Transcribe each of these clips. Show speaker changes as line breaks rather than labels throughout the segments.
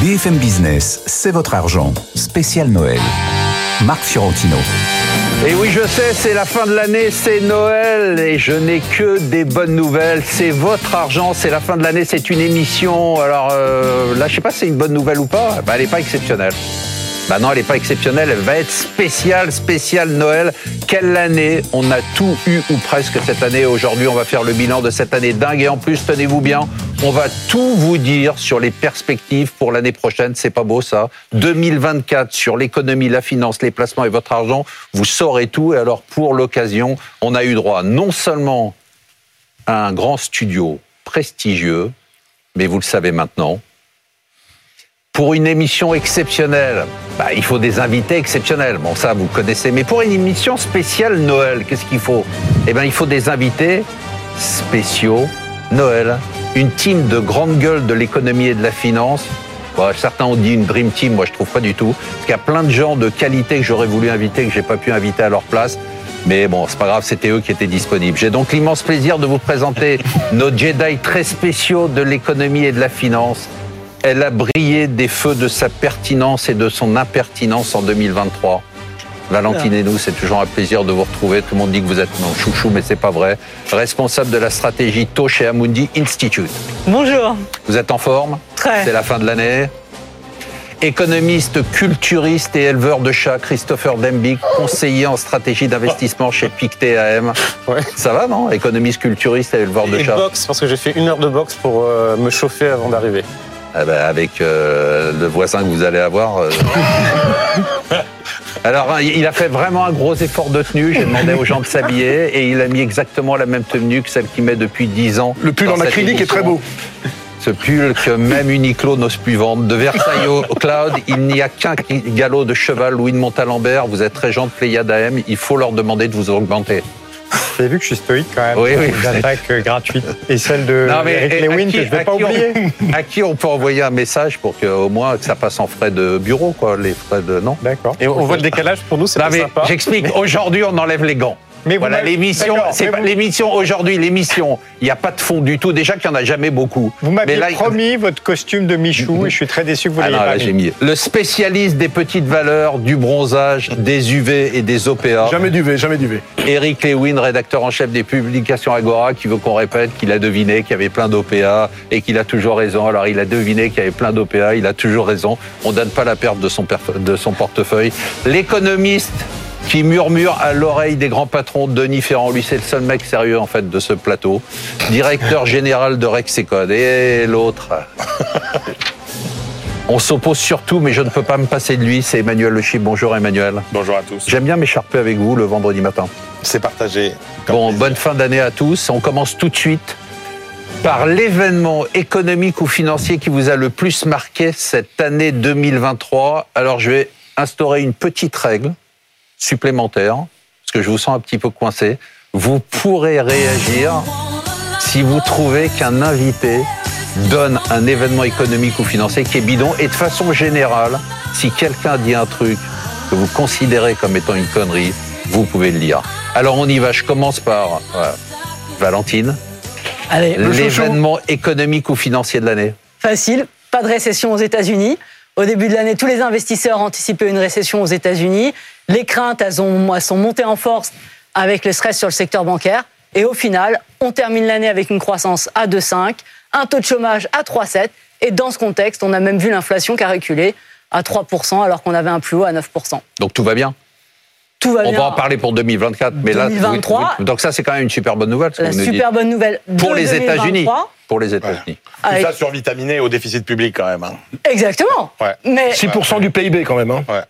BFM Business, c'est votre argent. Spécial Noël. Marc Fiorentino.
Et oui, je sais, c'est la fin de l'année, c'est Noël et je n'ai que des bonnes nouvelles. C'est votre argent, c'est la fin de l'année, c'est une émission. Alors euh, là, je sais pas si c'est une bonne nouvelle ou pas. Bah, elle n'est pas exceptionnelle. Bah non, elle n'est pas exceptionnelle, elle va être spéciale, spéciale Noël. Quelle année On a tout eu ou presque cette année. Aujourd'hui, on va faire le bilan de cette année dingue. Et en plus, tenez-vous bien, on va tout vous dire sur les perspectives pour l'année prochaine. C'est pas beau ça 2024 sur l'économie, la finance, les placements et votre argent. Vous saurez tout. Et alors, pour l'occasion, on a eu droit non seulement à un grand studio prestigieux, mais vous le savez maintenant, pour une émission exceptionnelle, bah, il faut des invités exceptionnels. Bon, ça, vous connaissez. Mais pour une émission spéciale Noël, qu'est-ce qu'il faut Eh bien, il faut des invités spéciaux Noël. Une team de grande gueule de l'économie et de la finance. Bon, certains ont dit une dream team, moi je trouve pas du tout. Parce qu'il y a plein de gens de qualité que j'aurais voulu inviter, que j'ai pas pu inviter à leur place. Mais bon, c'est pas grave, c'était eux qui étaient disponibles. J'ai donc l'immense plaisir de vous présenter nos Jedi très spéciaux de l'économie et de la finance. Elle a brillé des feux de sa pertinence et de son impertinence en 2023. Valentine et nous, c'est toujours un plaisir de vous retrouver. Tout le monde dit que vous êtes mon chouchou, mais c'est pas vrai. Responsable de la stratégie TO chez Amundi Institute.
Bonjour.
Vous êtes en forme
Très.
C'est la fin de l'année. Économiste, culturiste et éleveur de chats, Christopher Dembick, conseiller en stratégie d'investissement chez Pictet AM.
Ouais.
Ça va, non Économiste, culturiste et éleveur de
Et
chats.
boxe, parce que j'ai fait une heure de boxe pour euh, me chauffer avant d'arriver.
Ah bah, avec euh, le voisin que vous allez avoir. euh. Alors, hein, il a fait vraiment un gros effort de tenue. J'ai demandé aux gens de s'habiller et il a mis exactement la même tenue que celle qu'il met depuis 10 ans.
Le pull
dans
en
cette
acrylique est
émission.
très beau.
Ce pull que même Uniqlo n'ose plus vendre. De Versailles au Cloud, il n'y a qu'un galop de cheval Louis de Montalembert. Vous êtes régent de Pléiade AM. Il faut leur demander de vous augmenter.
Vous avez vu que je suis stoïque quand même.
Oui, oui.
Les attaques euh, gratuites. Et celle de
Non, mais,
Eric
et à
Lewin
qui-
que je
à
vais pas
qui on-
oublier.
À qui on peut envoyer un message pour que, au moins, que ça passe en frais de bureau, quoi, les frais de, non?
D'accord.
Et on voit le décalage pour nous, c'est
Non
pas
mais
sympa.
j'explique. Aujourd'hui, on enlève les gants.
Mais vous
voilà
m'avez-
l'émission.
D'accord,
C'est
mais
pas-
vous-
l'émission aujourd'hui. L'émission. Il n'y a pas de fond du tout. Déjà qu'il n'y en a jamais beaucoup.
Vous
Mais
m'aviez
là, il-
promis votre costume de Michou et je suis très déçu que vous
Ah
l'ayez
non, là,
pas
j'ai
mis.
mis. Le spécialiste des petites valeurs, du bronzage, des UV et des OPA.
Jamais du V, jamais du V.
Eric Lewin, rédacteur en chef des publications Agora, qui veut qu'on répète qu'il a deviné qu'il y avait plein d'OPA et qu'il a toujours raison. Alors il a deviné qu'il y avait plein d'OPA, il a toujours raison. On ne donne pas la perte de son, perf- de son portefeuille. L'économiste qui murmure à l'oreille des grands patrons, Denis Ferrand, lui c'est le seul mec sérieux en fait de ce plateau, directeur général de Rexecode. Et l'autre On s'oppose surtout, mais je ne peux pas me passer de lui, c'est Emmanuel Le Chip. Bonjour Emmanuel.
Bonjour à tous.
J'aime bien m'écharper avec vous le vendredi matin.
C'est partagé.
Bon, bonne fin d'année à tous. On commence tout de suite par l'événement économique ou financier qui vous a le plus marqué cette année 2023. Alors, je vais instaurer une petite règle supplémentaire, parce que je vous sens un petit peu coincé. Vous pourrez réagir si vous trouvez qu'un invité donne un événement économique ou financier qui est bidon. Et de façon générale, si quelqu'un dit un truc que vous considérez comme étant une connerie, vous pouvez le dire. Alors on y va, je commence par euh, Valentine.
Allez, le chouchou.
L'événement économique ou financier de l'année.
Facile. Pas de récession aux États-Unis. Au début de l'année, tous les investisseurs anticipaient une récession aux États-Unis. Les craintes, elles, ont- elles sont montées en force avec le stress sur le secteur bancaire. Et au final, on termine l'année avec une croissance à 2,5, un taux de chômage à 3,7. Et dans ce contexte, on a même vu l'inflation qui a reculé à 3%, alors qu'on avait un plus haut à 9%.
Donc tout va bien.
Tout va
On
bien.
va en parler pour 2024, mais là,
2023.
donc ça c'est quand même une super bonne nouvelle. ce que
La
vous nous dites.
super bonne nouvelle de
Pour les
2023,
États-Unis. Pour les États-Unis.
Tout
avec-
ça survitaminé au déficit public quand même. hein.
Exactement.
Ouais.
Mais
6% du PIB quand même. Hein.
Ouais.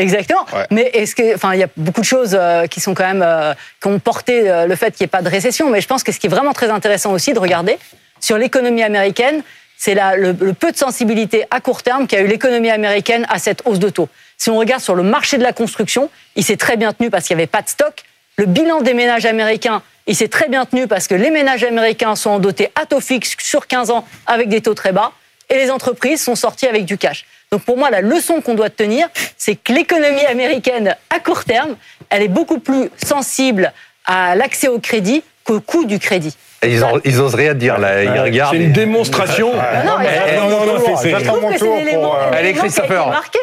Exactement.
Ouais.
Mais est-ce que, enfin, il y a beaucoup de choses euh, qui sont quand même euh, qui ont porté euh, le fait qu'il n'y ait pas de récession. Mais je pense que ce qui est vraiment très intéressant aussi de regarder sur l'économie américaine, c'est la- le, le peu de sensibilité à court terme qu'a eu l'économie américaine à cette hausse de taux. Si on regarde sur le marché de la construction, il s'est très bien tenu parce qu'il n'y avait pas de stock. Le bilan des ménages américains, il s'est très bien tenu parce que les ménages américains sont endottés à taux fixe sur 15 ans avec des taux très bas et les entreprises sont sorties avec du cash. Donc pour moi, la leçon qu'on doit tenir, c'est que l'économie américaine à court terme, elle est beaucoup plus sensible à l'accès au crédit qu'au coût du crédit.
Et ils, ont- ils osent rien dire là. Ils regardent.
C'est une démonstration.
non, mais-
Bah non, non, non,
c'est-
fait-
Je trouve
mon
que c'est
tour
l'élément
pour, euh,
l'élément
Allez,
qui a été
Christopher.
marqué.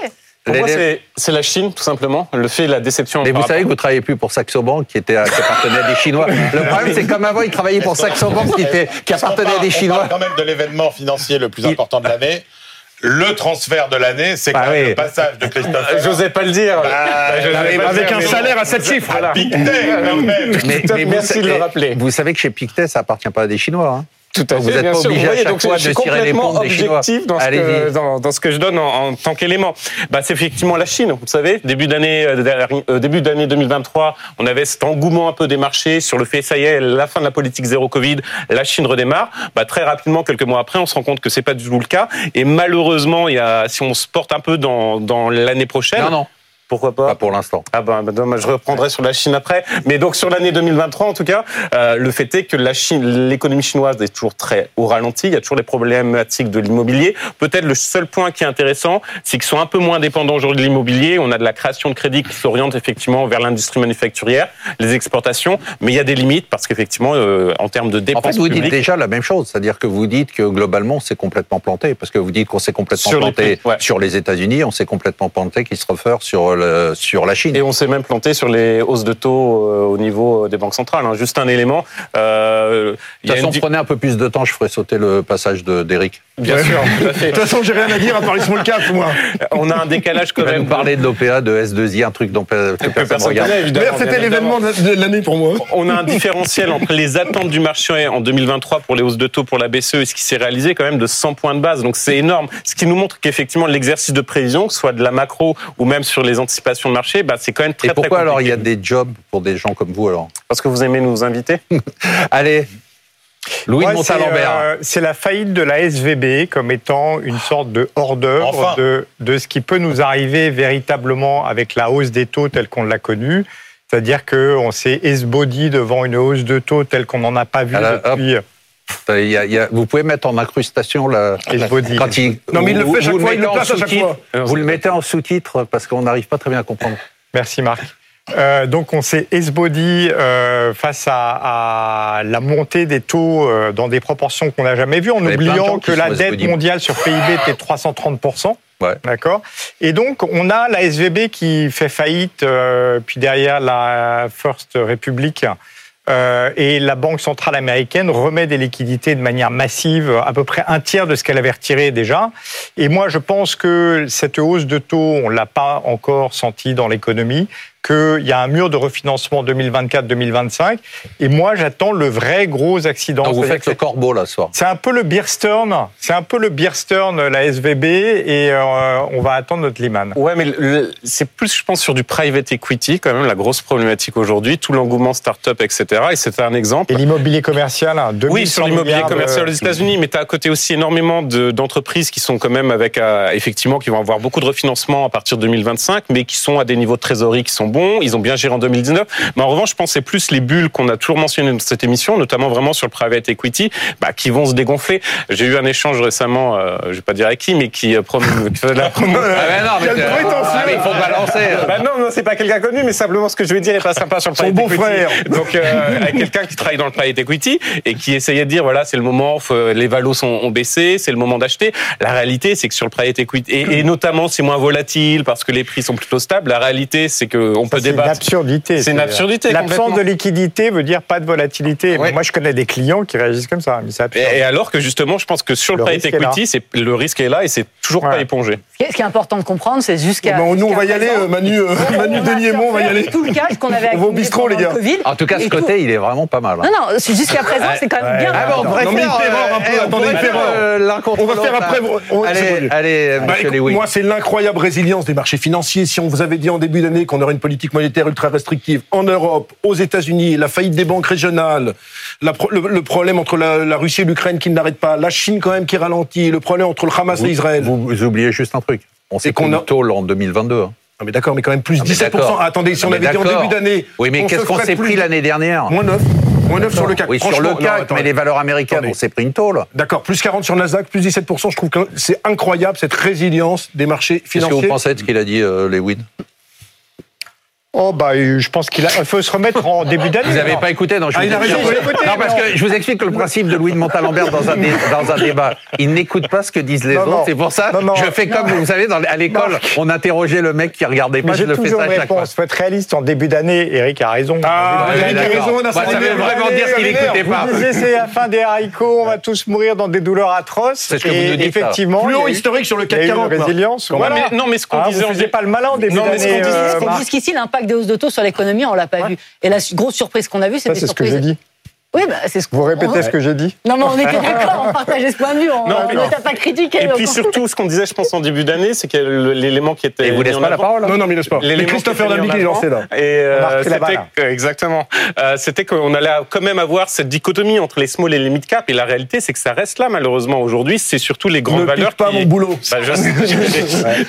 Pour moi,
Les-
c'est c'est la Chine, tout simplement. Le fait, la déception.
Mais
par
vous savez que
rapport-
vous travaillez plus pour Saxo Bank qui, était, à- qui appartenait à des Chinois. Le problème, c'est comme avant, il travaillait pour Saxo Bank qui, était, qui appartenait à des
On
Chinois.
parle quand même de l'événement financier le plus
Il-
important de l'année. Le transfert de l'année, c'est
Bah
quand même
oui.
le passage de Christophe.
Euh, J'osais pas le dire.
je
Bah,
vais pas
Avec
faire
un
mes
salaire
mots.
à 7 chiffres.
Ah, Big Day, quand même. Euh,
Mais,
Christophe,
vous
merci de le
savez-
rappeler.
Vous savez que chez Pictet, ça appartient pas à des Chinois. hein.
Tout à
Vous
fait,
êtes
bien
pas
sûr.
obligé à
Vous voyez,
chaque
donc
fois
je suis
de tirer les
complètement
pompes des Chinois.
objectif dans ce, que,
Allez-y.
dans, dans ce que je donne en, en tant qu'élément. Bah, c'est effectivement la Chine, vous savez. Début d'année euh, derni- euh, début d'année 2023, on avait cet engouement un peu des marchés sur le fait, ça y est, la fin de la politique zéro Covid, la Chine redémarre. Bah, très rapidement, quelques mois après, on se rend compte que c'est pas du tout le cas. Et malheureusement, il y a, si on se porte un peu dans, dans l'année prochaine,
Non, non,
pourquoi
pas pour l'instant.
ah ben, ben, dommage, je reprendrai sur la Chine après. Mais donc sur l'année 2023, en tout cas, euh, le fait est que la Chine, l'économie chinoise est toujours très au ralenti. Il y a toujours les problématiques de l'immobilier. Peut-être le seul point qui est intéressant, c'est qu'ils sont un peu moins dépendants aujourd'hui de l'immobilier. On a de la création de crédit qui s'oriente effectivement vers l'industrie manufacturière, les exportations. Mais il y a des limites parce qu'effectivement, euh, en termes de
En
dépenses
fait, vous dites
publiques,
déjà la même chose, c'est-à-dire que vous dites que globalement, on s'est complètement planté, parce que vous dites qu'on s'est complètement
Sur les
planté
prix, ouais.
sur les États-Unis, on s'est complètement planté qu'ils se referent sur, le- sur la Chine.
Et on s'est même planté sur les hausses de taux euh, au niveau des banques centrales. hein. Juste un élément. Euh, il
de
y a
toute
une
façon,
di-
prenez un peu plus de temps, je ferai sauter le passage de- d'Eric.
Bien sûr, tout à fait.
De toute façon, j'ai rien à dire à part les small caps, moi.
On a un décalage
Il
quand
va
même.
nous parler de l'OPA, de S2I, un truc dont pe- que
que
personne ne
personne
regarde.
connaît, évidemment.
D'ailleurs, c'était
bien
l'événement
évidemment.
de l'année pour moi.
On a un différentiel entre les attentes du marché en 2023 pour les hausses de taux pour la BCE et ce qui s'est réalisé quand même de 100 points de base. Donc c'est énorme. Ce qui nous montre qu'effectivement l'exercice de prévision, que ce soit de la macro ou même sur les anticipations de marché, bah, c'est quand même très
Et pourquoi
très
alors il y
compliqué.
a des jobs pour des gens comme vous alors
Parce que vous aimez nous inviter.
Allez, Louis
Moi,
de
c'est,
Montalembert.
euh, C'est la faillite de la SVB comme étant une sorte de hors-d'œuvre
Enfin.
de, de ce qui peut nous arriver véritablement avec la hausse des taux telle qu'on l'a connue. C'est-à-dire qu'on s'est esbaudi devant une hausse de taux telle qu'on n'en a pas vu
Alors, hop.
depuis.
Euh, Il y a- il y a- vous pouvez mettre en incrustation la.
Esbaudi.
Quand il,
Non, mais il le
vous-
fait chaque
vous
fois, il
mettez
le
en
place à chaque
sous-titre-
fois.
Vous le mettez en sous-titre parce qu'on n'arrive pas très bien à comprendre.
Merci Marc. Euh, donc on s'est esbaudi euh, face à, à la montée des taux euh, dans des proportions qu'on n'a jamais vues, en
y a plein de gens
oubliant
qui
que
sont
la dette
esbaudis.
mondiale sur PIB était de 330%.
Ouais.
D'accord. Et donc on a la SVB qui fait faillite, euh, puis derrière la First Republic. euh, et la Banque centrale américaine remet des liquidités de manière massive, à peu près un tiers de ce qu'elle avait retiré déjà. Et moi, je pense que cette hausse de taux, on l'a pas encore senti dans l'économie, qu'il y a un mur de refinancement 2024-2025. Et moi, j'attends le vrai gros accident.
Donc vous
C'est-à-dire
faites le
que
corbeau là ce soir.
c'est un peu le beer Stern, c'est un peu le beer Stern, la SVB, et euh, on va attendre notre Lehman.
Ouais, mais le- le- c'est plus, je pense, sur du private equity quand même la grosse problématique aujourd'hui, tout l'engouement start-up, etc. Et c'est un exemple.
Et l'immobilier commercial, hein, 2100
Oui, sur l'immobilier
milliards euh, de-
commercial aux États-Unis, mais tu as à côté aussi énormément de- d'entreprises qui sont quand même avec, euh, effectivement, qui vont avoir beaucoup de refinancement à partir de 2025, mais qui sont à des niveaux de trésorerie qui sont bons. Ils ont bien géré en 2019. Mais en revanche, je pensais plus les bulles qu'on a toujours mentionnées dans cette émission, notamment vraiment sur le private equity, bah, qui vont se dégonfler. J'ai eu un échange récemment, euh, je vais pas dire à qui, mais qui euh, prom- qui fait de la promo-
Ah ben non, mais,
Quel prétentieux.
ah, mais il faut balancer.
bah non, non, c'est pas quelqu'un connu, mais simplement ce que je vais dire est pas sympa sur le private equity. Donc, euh, à quelqu'un qui travaille dans le private equity et qui essayait de dire, voilà, c'est le moment, faut- les valos sont, ont baissé, c'est le moment d'acheter. La réalité, c'est que sur le private equity, et, et notamment, c'est moins volatile parce que les prix sont plutôt stables. La réalité, c'est qu'on peut
C'est une
débattre.
absurdité.
C'est une absurdité,
L'absence
complètement.
de liquidité veut dire pas de volatilité.
Ouais.
Moi, je connais des clients qui réagissent comme ça. Mais c'est absurde.
Et et alors que justement, je pense que sur le,
Le
private
risque est là.
equity, c'est le risque est là et c'est toujours pas
Ouais.
épongé.
Ce qui est- ce qui est important de comprendre, c'est jusqu'à.
Bon, Eh nous, on
jusqu'à
va y aller,
présent,
euh, Manu, euh, Manu
on a
Denis et moi, on va y
surfé
aller.
Tout le cash qu'on avait
On va au
accumulé
bistrot,
pendant
les gars.
le Covid.
En tout cas, ce
Et tout-
côté, il est vraiment pas mal. hein.
Non, non, jusqu'à présent, c'est quand même bien.
Ah bon, on pourrait
Non, mais il
faire,
fait rare un peu,
eh, on
attendez,
pourrait
il fait
faire,
rare.
euh, l'incontrôlable.
On va faire après. on- c'est bon,
Allez,
Dieu.
allez, euh,
Bah,
monsieur
écoute,
Lewis.
moi, c'est l'incroyable résilience des marchés financiers. Si on vous avait dit en début d'année qu'on aurait une politique monétaire ultra restrictive en Europe, aux États-Unis, la faillite des banques régionales, la pro- le, le problème entre la, la Russie et l'Ukraine qui n'arrête pas, la Chine quand même qui ralentit, le problème entre le Hamas et Israël.
Vous, vous oubliez juste un truc. On s'est
qu'on
qu'on
a-
tôle en 2022. hein.
Non, mais d'accord, mais quand même plus
Ah, mais
17%.
d'accord.
Attendez, si
Non,
on
mais
avait dit en
d'accord.
début d'année.
Oui, mais
on
qu'est-ce
se
qu'on
ferait
s'est
plus-
pris l'année dernière
Moins 9. Moins 9 sur le CAC.
Oui, sur le
Franchement, non,
CAC,
attendez.
mais les valeurs américaines,
Attendez.
on s'est pris une tôle.
D'accord, plus 40 sur le Nasdaq, plus 17%. Je trouve que c'est incroyable cette résilience des marchés
Qu'est-ce que
financiers.
vous pensez de ce qu'il a dit, euh, Lewin
Oh, bah, euh, je pense qu'il a- il faut se remettre en début d'année.
Vous n'avez
alors.
pas écouté Non, je
Ah,
vous
il a
explique.
raison, il faut l'écouter,
Non, parce
mais
que je vous explique le principe de Louis de Montalembert dans un, dé- dans un débat. Il n'écoute pas ce que disent les
Non,
autres.
non.
C'est pour ça,
Non, non.
je fais comme, vous savez, dans, les- à l'école, on interrogeait le mec qui regardait pas.
Mais
je
j'ai
le fais
toujours
ça
une
à chaque fois.
réponse. faut être réaliste en début d'année. Eric a raison.
Ah,
En début
Eric
d'année,
a
d'accord.
raison, on a
Bah, ça
senti
veut
le
vraiment
aller,
dire qu'il
le
n'écoutait
nerf.
pas.
Vous disiez c'est la fin des haricots, on va tous mourir dans des douleurs atroces.
C'est ce que vous
Et
nous dites, là.
effectivement,
Plus
il y a
haut
eu-
historique sur le
il y a
CAC
eu une
40. là.
résilience.
Non,
Voilà.
mais, non, mais ce qu'on
Ah,
disait
vous
en
faisiez pas le malin au début
Non, mais ce
d'année,
qu'on disait,
euh,
ce
Parce
qu'on
que
Marc.
Jusqu'ici, l'impact des hausses de taux sur l'économie, on l'a pas vu. Et la su- grosse surprise qu'on a vue, c'est
Ça,
des
c'est ce que
surprises.
j'ai dit.
Oui, bah, c'est ce
Vous
qu'on-
répétez ce que j'ai dit.
Non, mais on était d'accord, on partageait ce point de vue. On
Non,
on
non.
ne t'a pas critiqué.
Et
au
puis
contraire.
surtout, ce qu'on disait, je pense, en début d'année, c'est que le- l'élément qui était.
Et vous
mis
laisse
en
pas la
avant-
parole
Non, non, mais il laisse pas. Mais
L'élément
Christopher
qui était mis
Dambic,
en
il est
avant,
lancé là.
Et euh,
On a marqué la
c'était
balle.
euh, exactement. Euh, c'était qu'on allait quand même avoir cette dichotomie entre les small et les mid cap. Et la réalité, c'est que ça reste là malheureusement aujourd'hui. C'est surtout les grandes
Ne
valeurs
pique pas
qui.
mon boulot.
Bah, je sais,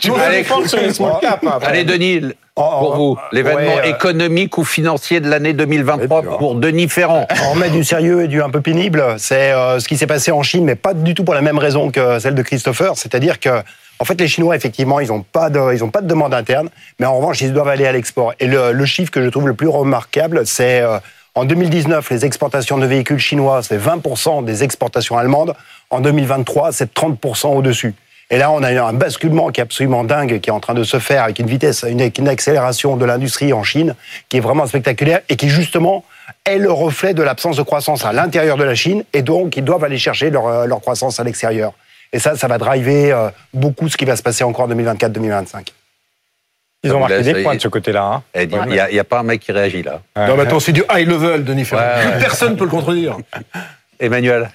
Tu vas aller prendre
sur les small cap.
hein.
Allez, Denis, pour vous, l'événement
Oh, ouais, euh, Eh
économique ou financier de l'année 2023 pour Denis Ferrand.
On remet du sérieux et du un peu pénible. C'est euh, ce qui s'est passé en Chine, mais pas du tout pour la même raison que celle de Christopher. C'est-à-dire que, en fait, les Chinois, effectivement, ils n'ont pas, de- ils ont pas de demande interne, mais en revanche, ils doivent aller à l'export. Et euh, le, le chiffre que je trouve le plus remarquable, c'est euh, en 2019, les exportations de véhicules chinois, c'est 20% des exportations allemandes. En 2023, c'est 30% au-dessus. Et là, on a eu un basculement qui est absolument dingue, qui est en train de se faire avec une vitesse, une, avec une accélération de l'industrie en Chine, qui est vraiment spectaculaire et qui, justement, est le reflet de l'absence de croissance à l'intérieur de la Chine. Et donc, ils doivent aller chercher leur, euh, leur croissance à l'extérieur. Et ça, ça va driver euh, beaucoup ce qui va se passer encore en 2024-2025.
Ils
Ah, Ça
ont marqué
vous laisse,
des points
il-
de ce côté-là. hein.
Eh, dis- Il n'y a, il y a pas un mec qui réagit là.
Non, mais attends, c'est du high level, Denis
Ouais,
Ferrand.
ouais.
Personne ne peut le contredire.
Emmanuel,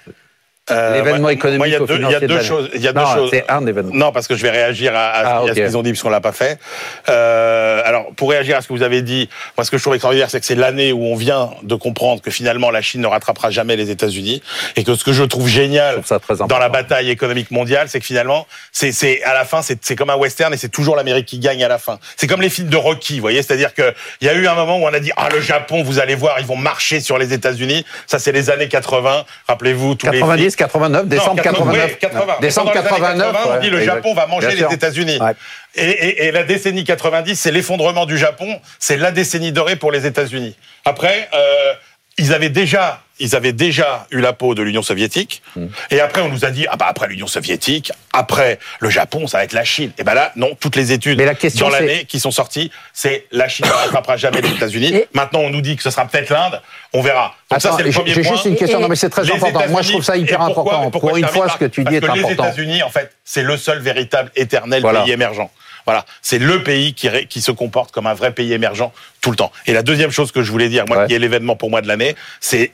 Euh,
l'événement
moi-
économique
moi, il y a
ou
deux- Il y
financier
a
de
deux
l'année.
choses. Il y a deux
Non,
choses.
c'est un événement.
Non, parce que je vais réagir à, à-
Ah,
à
ok.
ce qu'ils ont dit, puisqu'on l'a pas fait. Euh, alors, pour réagir à ce que vous avez dit, moi, ce que je trouve extraordinaire, c'est que c'est l'année où on vient de comprendre que finalement, la Chine ne rattrapera jamais les États-Unis. Et que ce que je trouve
Je
génial
trouve ça très important.
dans la bataille économique mondiale, c'est que finalement, c'est, c'est, à la fin, c'est, c'est comme un western et c'est toujours l'Amérique qui gagne à la fin. C'est comme les films de Rocky, vous voyez. C'est-à-dire que, il y a eu un moment où on a dit, ah, le Japon, vous allez voir, ils vont marcher sur les États-Unis. Ça, c'est les années 80. Rappelez-vous, tous les
90, 89, décembre
non, 80,
89.
oui, 80.
Décembre
Pendant les années
89.
80, on dit
ouais,
le
exact.
Japon va manger
Bien sûr.
les États-Unis.
Ouais.
Et, et- et la décennie 90, c'est l'effondrement du Japon, c'est la décennie dorée pour les États-Unis. Après, euh, ils avaient déjà. Ils avaient déjà eu la peau de l'Union soviétique.
Hmm.
Et après, on nous a dit, ah bah après l'Union soviétique, après le Japon, ça va être la Chine. Et ben là, non, toutes les études
Mais la question,
dans
c'est-
l'année qui sont sorties, c'est la Chine ne rattrapera jamais les États-Unis.
Et-
Maintenant, on nous dit que ce sera peut-être l'Inde. On verra. Donc ça,
Attends,
c'est le
j'ai-
premier
j'ai
point.
juste une question, non mais c'est très
Les
important. Moi, je trouve ça
États-Unis,
hyper
et pourquoi-
important.
pourquoi
Pour
je
une
termine
fois,
par-
ce que tu dis
parce
est
que Les
important.
États-Unis, en fait, c'est le seul véritable éternel
Voilà.
pays émergent. Voilà, c'est le pays qui, ré- qui se comporte comme un vrai pays émergent tout le temps. Et la deuxième chose que je voulais dire, moi,
Ouais.
qui est l'événement pour moi de l'année, c'est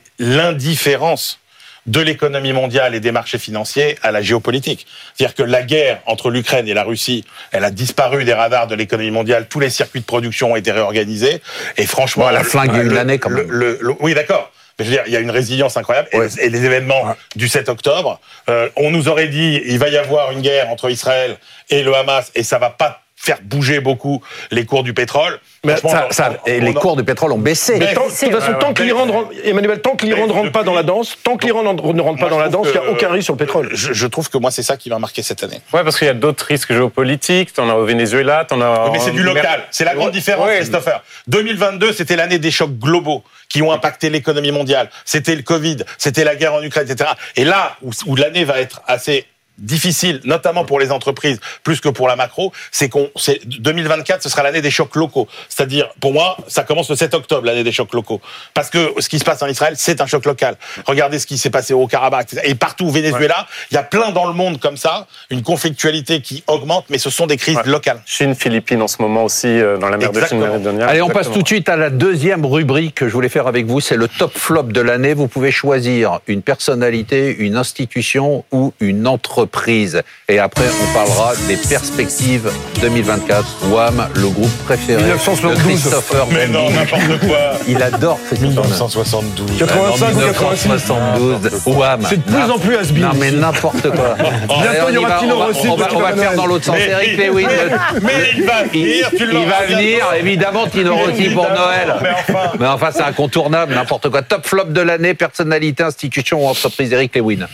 l'indifférence de l'économie mondiale et des marchés financiers à la géopolitique. C'est-à-dire que la guerre entre l'Ukraine et la Russie, elle a disparu des radars de l'économie mondiale. Tous les circuits de production ont été réorganisés. Et franchement,
Bon, elle a
le-
flingué une
le-
année, quand même.
le- le- oui, d'accord. Mais je veux dire, il y a une résilience incroyable. Et-
Ouais.
Et, les événements du 7 octobre, euh, on nous aurait dit il va y avoir une guerre entre Israël et le Hamas et ça va pas faire bouger beaucoup les cours du pétrole.
Mais
Franchement,
Ça-
on-
ça-
on-
et
on
les
en-
cours du pétrole ont baissé.
Mais tant, de
c'est-
toute façon,
ouais,
tant
ouais,
que
ouais.
l'Iran ne rentre- Emmanuel, tant que l'Iran ne rentre pas dans la danse, tant que l'Iran ne ne rentre
Moi,
pas dans
je trouve
la danse, il n'y
que-
a aucun risque sur le pétrole.
Je, je trouve que moi, c'est ça qui m'a marqué cette année.
Ouais, parce qu'il y a d'autres risques géopolitiques. T'en as au Venezuela, t'en as.
Oui, Euh, mais c'est du local. C'est la grande différence,
Ouais.
Christopher. 2022, c'était l'année des chocs globaux qui ont impacté l'économie mondiale. C'était le Covid, c'était la guerre en Ukraine, etc. Et là où, où l'année va être assez difficile, notamment pour les entreprises, plus que pour la macro, c'est qu'on, c'est 2024, ce sera l'année des chocs locaux. C'est-à-dire, pour moi, ça commence le 7 octobre, l'année des chocs locaux. Parce que ce qui se passe en Israël, c'est un choc local. Regardez ce qui s'est passé au Karabakh, etc. et partout au Venezuela, il y a plein dans le monde comme ça, une conflictualité qui augmente, mais ce sont des crises
Ouais.
locales.
Chine, Philippines en ce moment aussi, euh, dans la mer de Chine
Exactement.
méridionale.
Allez, on passe
Ah, Exactement.
tout de suite à la deuxième rubrique que je voulais faire avec vous. C'est le top flop de l'année. Vous pouvez choisir une personnalité, une institution ou une entreprise. Et après, on parlera des perspectives 2024. WAM, le groupe préféré de
1972.
Christopher
Mais
Bondy.
non, n'importe quoi.
Il adore Christopher Bondy.
1972.
85 ou 86.
1972, WAM.
C'est de plus en plus has-been.
Non, mais n'importe quoi. Allez, on
il y aura
va,
Tino
on va-
Rossi
On
de
va, on va
Christopher
faire dans
Nolan.
l'autre
Ah
sens. Eric Lewin, le-
Mais il va venir, tu
il va venir, évidemment, Tino Rossi pour Noël.
Mais enfin.
Mais enfin, c'est incontournable, n'importe quoi. Top flop de l'année, personnalité, institution ou entreprise, Eric Lewin.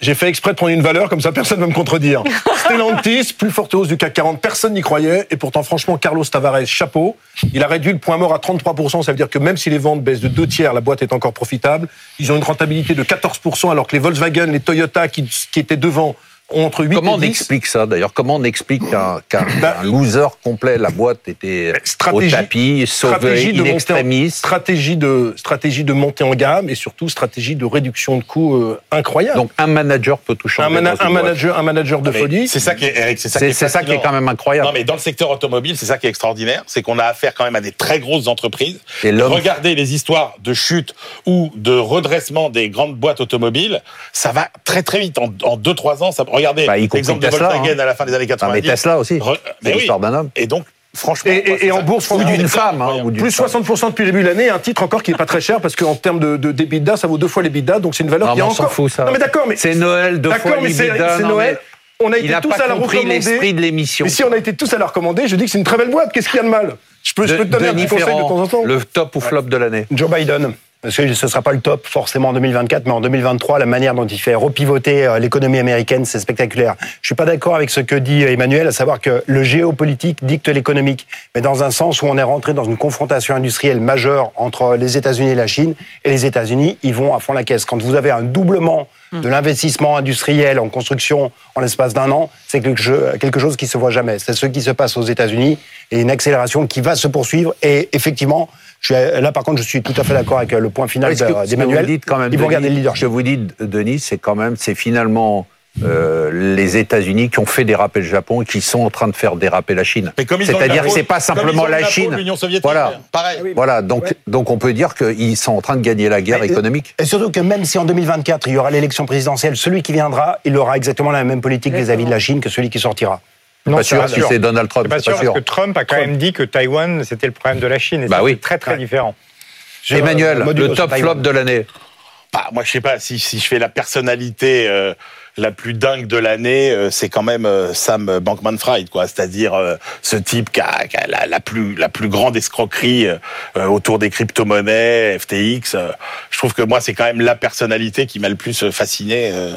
J'ai fait exprès de prendre une valeur, comme ça personne ne va me contredire. Stellantis, plus forte hausse du CAC 40, personne n'y croyait. Et pourtant, franchement, Carlos Tavares, chapeau. Il a réduit le point mort à 33%. Ça veut dire que même si les ventes baissent de deux tiers, la boîte est encore profitable. Ils ont une rentabilité de 14%, alors que les Volkswagen, les Toyota qui, qui étaient devant ont entre 8
Comment
et
on
10.
explique ça d'ailleurs Comment on explique qu'un qu'un-
Bah,
qu'un loser complet, la boîte était
stratégie-
au tapis, sauvé, in
monter en-
extremis
stratégie de stratégie de montée en gamme et surtout stratégie de réduction de coûts euh, incroyable.
Donc un manager peut tout changer.
un, mana-
dans une
un
boîte. Ah,
manager, un manager de
Mais
folie.
C'est ça qui est, Eric, c'est ça,
C'est c'est ça qui est
fascinant.
quand même incroyable.
Non, mais dans le secteur automobile, c'est ça qui est extraordinaire, c'est qu'on a affaire quand même à des très grosses entreprises.
Et l'homme-
Regardez les histoires de chute ou de redressement des grandes boîtes automobiles, ça va très très vite. En, en 2-3 ans, ça... regardez
Bah, y compris
l'exemple de
Tesla,
Volkswagen
hein.
à la fin des années
Non,
90.
mais Tesla aussi,
Re-
c'est
mais oui.
l'histoire d'un homme.
Et donc, franchement.
Et, et-
moi,
et
ça-
en bourse,
Ou
on-
d'une
on-
femme. hein, ou d'une
plus
femme.
60% depuis le début de l'année, un titre encore qui est pas très cher parce qu'en termes de, de d'EBITDA, ça vaut deux fois les bidas, donc c'est une valeur
Non,
qui
Ah, mais
a
on
encore.
s'en fout ça.
Non mais d'accord, mais
c'est Noël deux
d'accord,
fois
mais c'est
l'Ibida,
c'est
non,
Noël.
mais
On a
Il
été
n'a
tous
pas
à la
compris l'esprit
recommander.
de l'émission.
Mais si on a été tous à la recommander, je dis que c'est une très belle boîte. Qu'est-ce qu'il y a de mal Je peux, je peux te donner un
Denis
petit conseil de
Ferrand,
temps en temps.
le top ou flop de l'année.
Joe Biden. Parce que ce ne sera pas le top forcément en 2024, mais en 2023, la manière dont il fait repivoter euh, l'économie américaine, c'est spectaculaire. Je suis pas d'accord avec ce que dit Emmanuel, à savoir que le géopolitique dicte l'économique, mais dans un sens où on est rentré dans une confrontation industrielle majeure entre euh, les États-Unis et la Chine, et les États-Unis, ils vont à fond la caisse. Quand vous avez un doublement de l'investissement industriel en construction en l'espace d'un an, c'est quelque cho- quelque chose qui se voit jamais. C'est ce qui se passe aux États-Unis et une accélération qui va se poursuivre. Et effectivement, je suis- euh, là par contre, je suis tout à fait d'accord avec euh, le point final
Est-ce que ce
de-
que vous
d'Emmanuel.
dites quand même,
Ils vont
Denis,
garder le
Ce que
leadership.
vous dites, Denis, c'est quand même, c'est finalement euh, les États-Unis qui ont fait déraper le Japon et qui sont en train de faire déraper la Chine.
Mais comme ils ont eu la
C'est-à-dire que
peau-
c'est pas
comme ils
simplement
ont eu
la,
peau de
Chine.
L'Union soviétique,
Voilà.
pareil.
Voilà, donc, donc on peut dire qu'ils sont en train de gagner la guerre
Mais-
économique.
Et surtout que même si en 2024, il y aura l'élection présidentielle, celui qui viendra, il aura exactement la même politique vis-à-vis de la Chine que celui qui sortira.
Non,
pas sûr,
pas
si
sûr.
c'est Donald Trump,
C'est pas
c'est
sûr,
pas sûr.
parce que Trump a quand même dit que Taïwan, c'était le problème de la Chine. Et
Bah
ça,
oui.
c'est très, très différent. euh,
Emmanuel,
Modulo
le
sur
top flop
Taïwan.
de l'année.
Bah, moi, je sais pas si, si je fais la personnalité euh, la plus dingue de l'année, euh, c'est quand même euh, Sam Bankman-Fried, quoi. C'est-à-dire euh, ce type qui a, qui a la, la plus la plus grande escroquerie euh, euh, autour des crypto-monnaies, FTX. euh, je trouve que moi, c'est quand même la personnalité qui m'a le plus fasciné euh,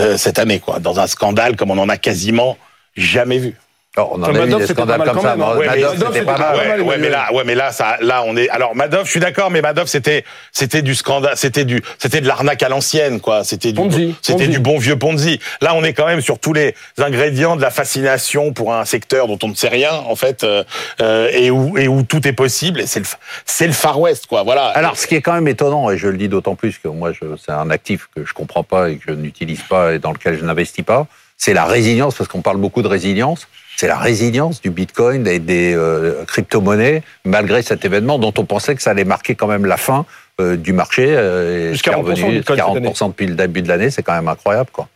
euh, cette année, quoi. Dans un scandale comme on en a quasiment jamais vu.
Alors, Oh, on en
Madov,
a eu des
c'était
scandales
pas mal
comme
quand
ça.
même, hein.
Euh,
Madov,
Ouais, mais Madov,
c'était pas mal.
c'était pas mal,
ouais, ouais, mais
Emmanuel.
là, ouais, mais là, ça, là, on est. Alors, Madoff, je suis d'accord, mais Madoff, c'était, c'était du scandale, c'était du, c'était de l'arnaque à l'ancienne, quoi. C'était du,
Ponzi,
c'était
Ponzi.
du bon vieux Ponzi. Là, on est quand même sur tous les ingrédients de la fascination pour un secteur dont on ne sait rien, en fait, euh, euh, et où, et où tout est possible. Et c'est le, c'est le Far West, quoi. Voilà.
Alors, ce qui est quand même étonnant, et je le dis d'autant plus que moi, je- c'est un actif que je comprends pas et que je n'utilise pas et dans lequel je n'investis pas, c'est la résilience, parce qu'on parle beaucoup de résilience, c'est la résilience du Bitcoin et des euh, crypto-monnaies, malgré cet événement dont on pensait que ça allait marquer quand même la fin euh, du marché. euh, et
Plus
ce qui est
40%
revenu,
Bitcoin cette
40% depuis le début de l'année, c'est quand même incroyable. Quoi.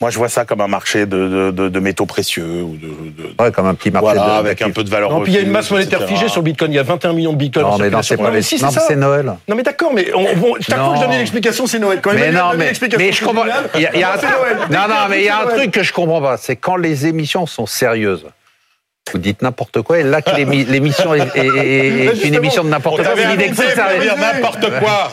moi, je vois ça comme un marché de, de, de, de métaux précieux ou de, de- de-
Ouais, comme un petit marché
voilà,
de-
avec un peu de valeur.
Non, puis il y a une masse
refuse,
monétaire
etc.
figée sur le Bitcoin. Il y a 21 millions de Bitcoin. en
Non, mais non,
circulation.
c'est pas
mais
les...
si, c'est
non, mais
ça.
c'est Noël.
Non mais d'accord, mais on, on- chaque
Non.
fois que je donne une explication, c'est Noël. Quand
Mais
Emmanuel
non,
donne une
mais,
explication,
mais je
c'est
comprends.
Noël.
il y a- il y a
Non,
un
c'est
truc-
Noël.
Non, non, mais il y a un
C'est Noël.
truc que je comprends pas. C'est quand les émissions sont sérieuses. Vous dites n'importe quoi, et là que l'émi- l'émission est, est- est- est une
justement,
émission de
On
n'importe quoi,
t'avait
vous dites
annoncé
que ça
pour
arrive.
dire n'importe quoi.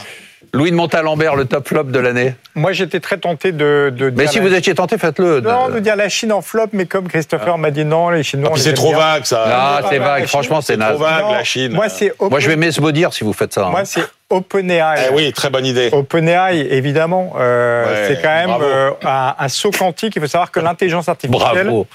Louis de Montalembert, le top flop de l'année.
Moi, j'étais très tenté de, de
Mais
dire
si
la-
vous étiez tenté, faites-le.
Ah, Non, de dire la Chine en flop, mais comme Christopher m'a dit non, les Chinois.
Ah,
on
puis
les
c'est
aime
trop
bien.
vague, ça.
Ah, c'est vague, franchement, c'est naze.
trop vague. la Chine.
Moi, c'est Open-
Moi, je vais m'esbaudir si vous faites ça. hein.
Moi, c'est OpenAI.
Eh oui, très bonne idée.
OpenAI, évidemment, euh,
Ouais,
c'est quand même
bravo.
euh, un, un saut quantique. Il faut savoir que l'intelligence artificielle
Bravo.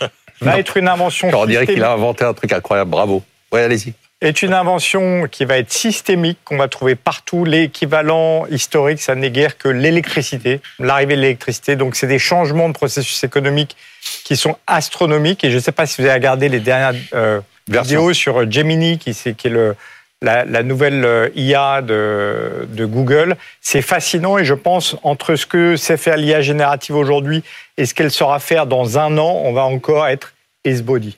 va être une invention
On dirait
systémique.
qu'il a inventé un truc incroyable. Bravo. Ouais, allez-y.
est une invention qui va être systémique, qu'on va trouver partout. L'équivalent historique, ça n'est guère que l'électricité, l'arrivée de l'électricité. Donc, c'est des changements de processus économiques qui sont astronomiques. Et je ne sais pas si vous avez regardé les dernières euh,
Version.
vidéos sur euh, Gemini, qui, c'est- qui est le, la, la nouvelle euh, IA de, de Google. C'est fascinant et je pense, entre ce que sait faire l'IA générative aujourd'hui et ce qu'elle saura faire dans un an, on va encore être esbody.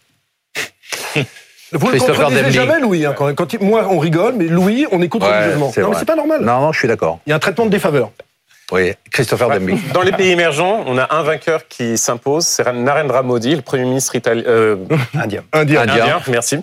Vous le
Christopher
contredisez
Demling.
jamais, Louis. hein, quand, quand il- moi, on rigole, mais Louis, on écoute
Ouais,
religieusement.
c'est
non, mais
vrai.
c'est pas normal.
Non, non, je suis d'accord.
Il y a un traitement de défaveur.
Oui, Christopher Demby.
Dans les pays émergents, on a un vainqueur qui s'impose, c'est Narendra Modi, le Premier ministre italien. euh,
Indien.
Indien.
Indien, merci.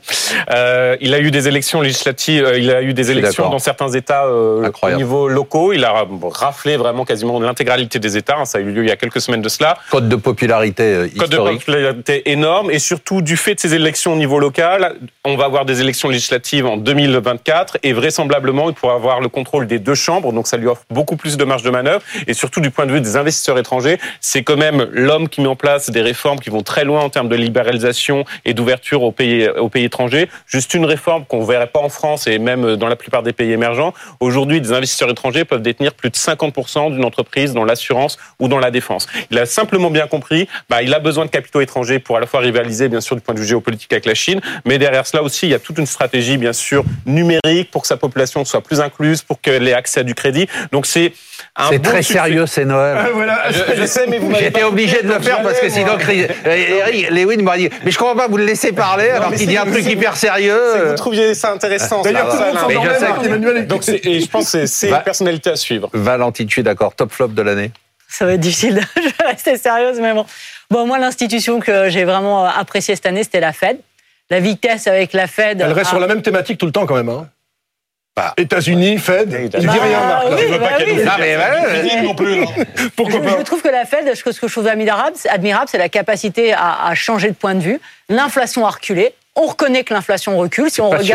Euh, il a eu des élections législatives, euh, il a eu des élections
d'accord.
dans certains États euh, au
Incroyable.
niveau locaux. Il a raflé vraiment quasiment l'intégralité des États. hein, ça a eu lieu il y a quelques semaines de cela.
Code de popularité euh,
Code de
historique.
popularité énorme et surtout du fait de ces élections au niveau local, on va avoir des élections législatives en 2024 et vraisemblablement il pourra avoir le contrôle des deux chambres, donc ça lui offre beaucoup plus de marge de manœuvre et surtout du point de vue des investisseurs étrangers, c'est quand même l'homme qui met en place des réformes qui vont très loin en termes de libéralisation et d'ouverture aux pays, aux pays étrangers. Juste une réforme qu'on verrait pas en France et même dans la plupart des pays émergents. Aujourd'hui, des investisseurs étrangers peuvent détenir plus de 50% d'une entreprise dans l'assurance ou dans la défense. Il a simplement bien compris, bah, il a besoin de capitaux étrangers pour à la fois rivaliser, bien sûr, du point de vue géopolitique avec la Chine, mais derrière cela aussi, il y a toute une stratégie, bien sûr, numérique pour que sa population soit plus incluse, pour qu'elle ait accès à du crédit. Donc c'est un
C'est
bon
très
succès.
sérieux, c'est Noël.
Voilà.
Je, je sais, mais vous m'avez
J'étais
pas
obligé de
coupé,
le
donc
faire
j'y
parce que
allais,
sinon,
moi.
Chris- euh, Eric Lewin m'a dit Mais je comprends pas, vous le laissez parler alors
mais
qu'il
c'est
dit un
que-
truc
c'est-
hyper
C'est que
sérieux.
Vous trouviez ça intéressant.
D'ailleurs,
ça,
tout le monde
ça,
Mais
s'endormait,
je sais
Marc
que-
Emmanuel.
Donc, c'est- et je pense que c'est- c'est
Bah-
une personnalité à suivre.
Valentine, tu es d'accord, top flop de l'année.
Ça va être difficile. de- Je vais rester sérieuse, mais bon. Bon, moi, l'institution que j'ai vraiment euh, appréciée cette année, c'était la Fed. La vitesse avec la Fed. ah,
Elle reste
a-
sur la même thématique tout le temps quand même. Hein. États-Unis, Fed. Tu dis
Bah,
rien, Marc. là.
oui,
Je veux
bah
pas qu'elle
oui.
nous
Ah, mais ouais, ouais.
cuisine non plus. hein.
Je,
Pourquoi pas
je trouve que la Fed, ce que, ce que je trouve admirable, c'est- admirable, c'est la capacité à, à changer de point de vue. L'inflation a reculé. On reconnaît que l'inflation recule. Si on regarde.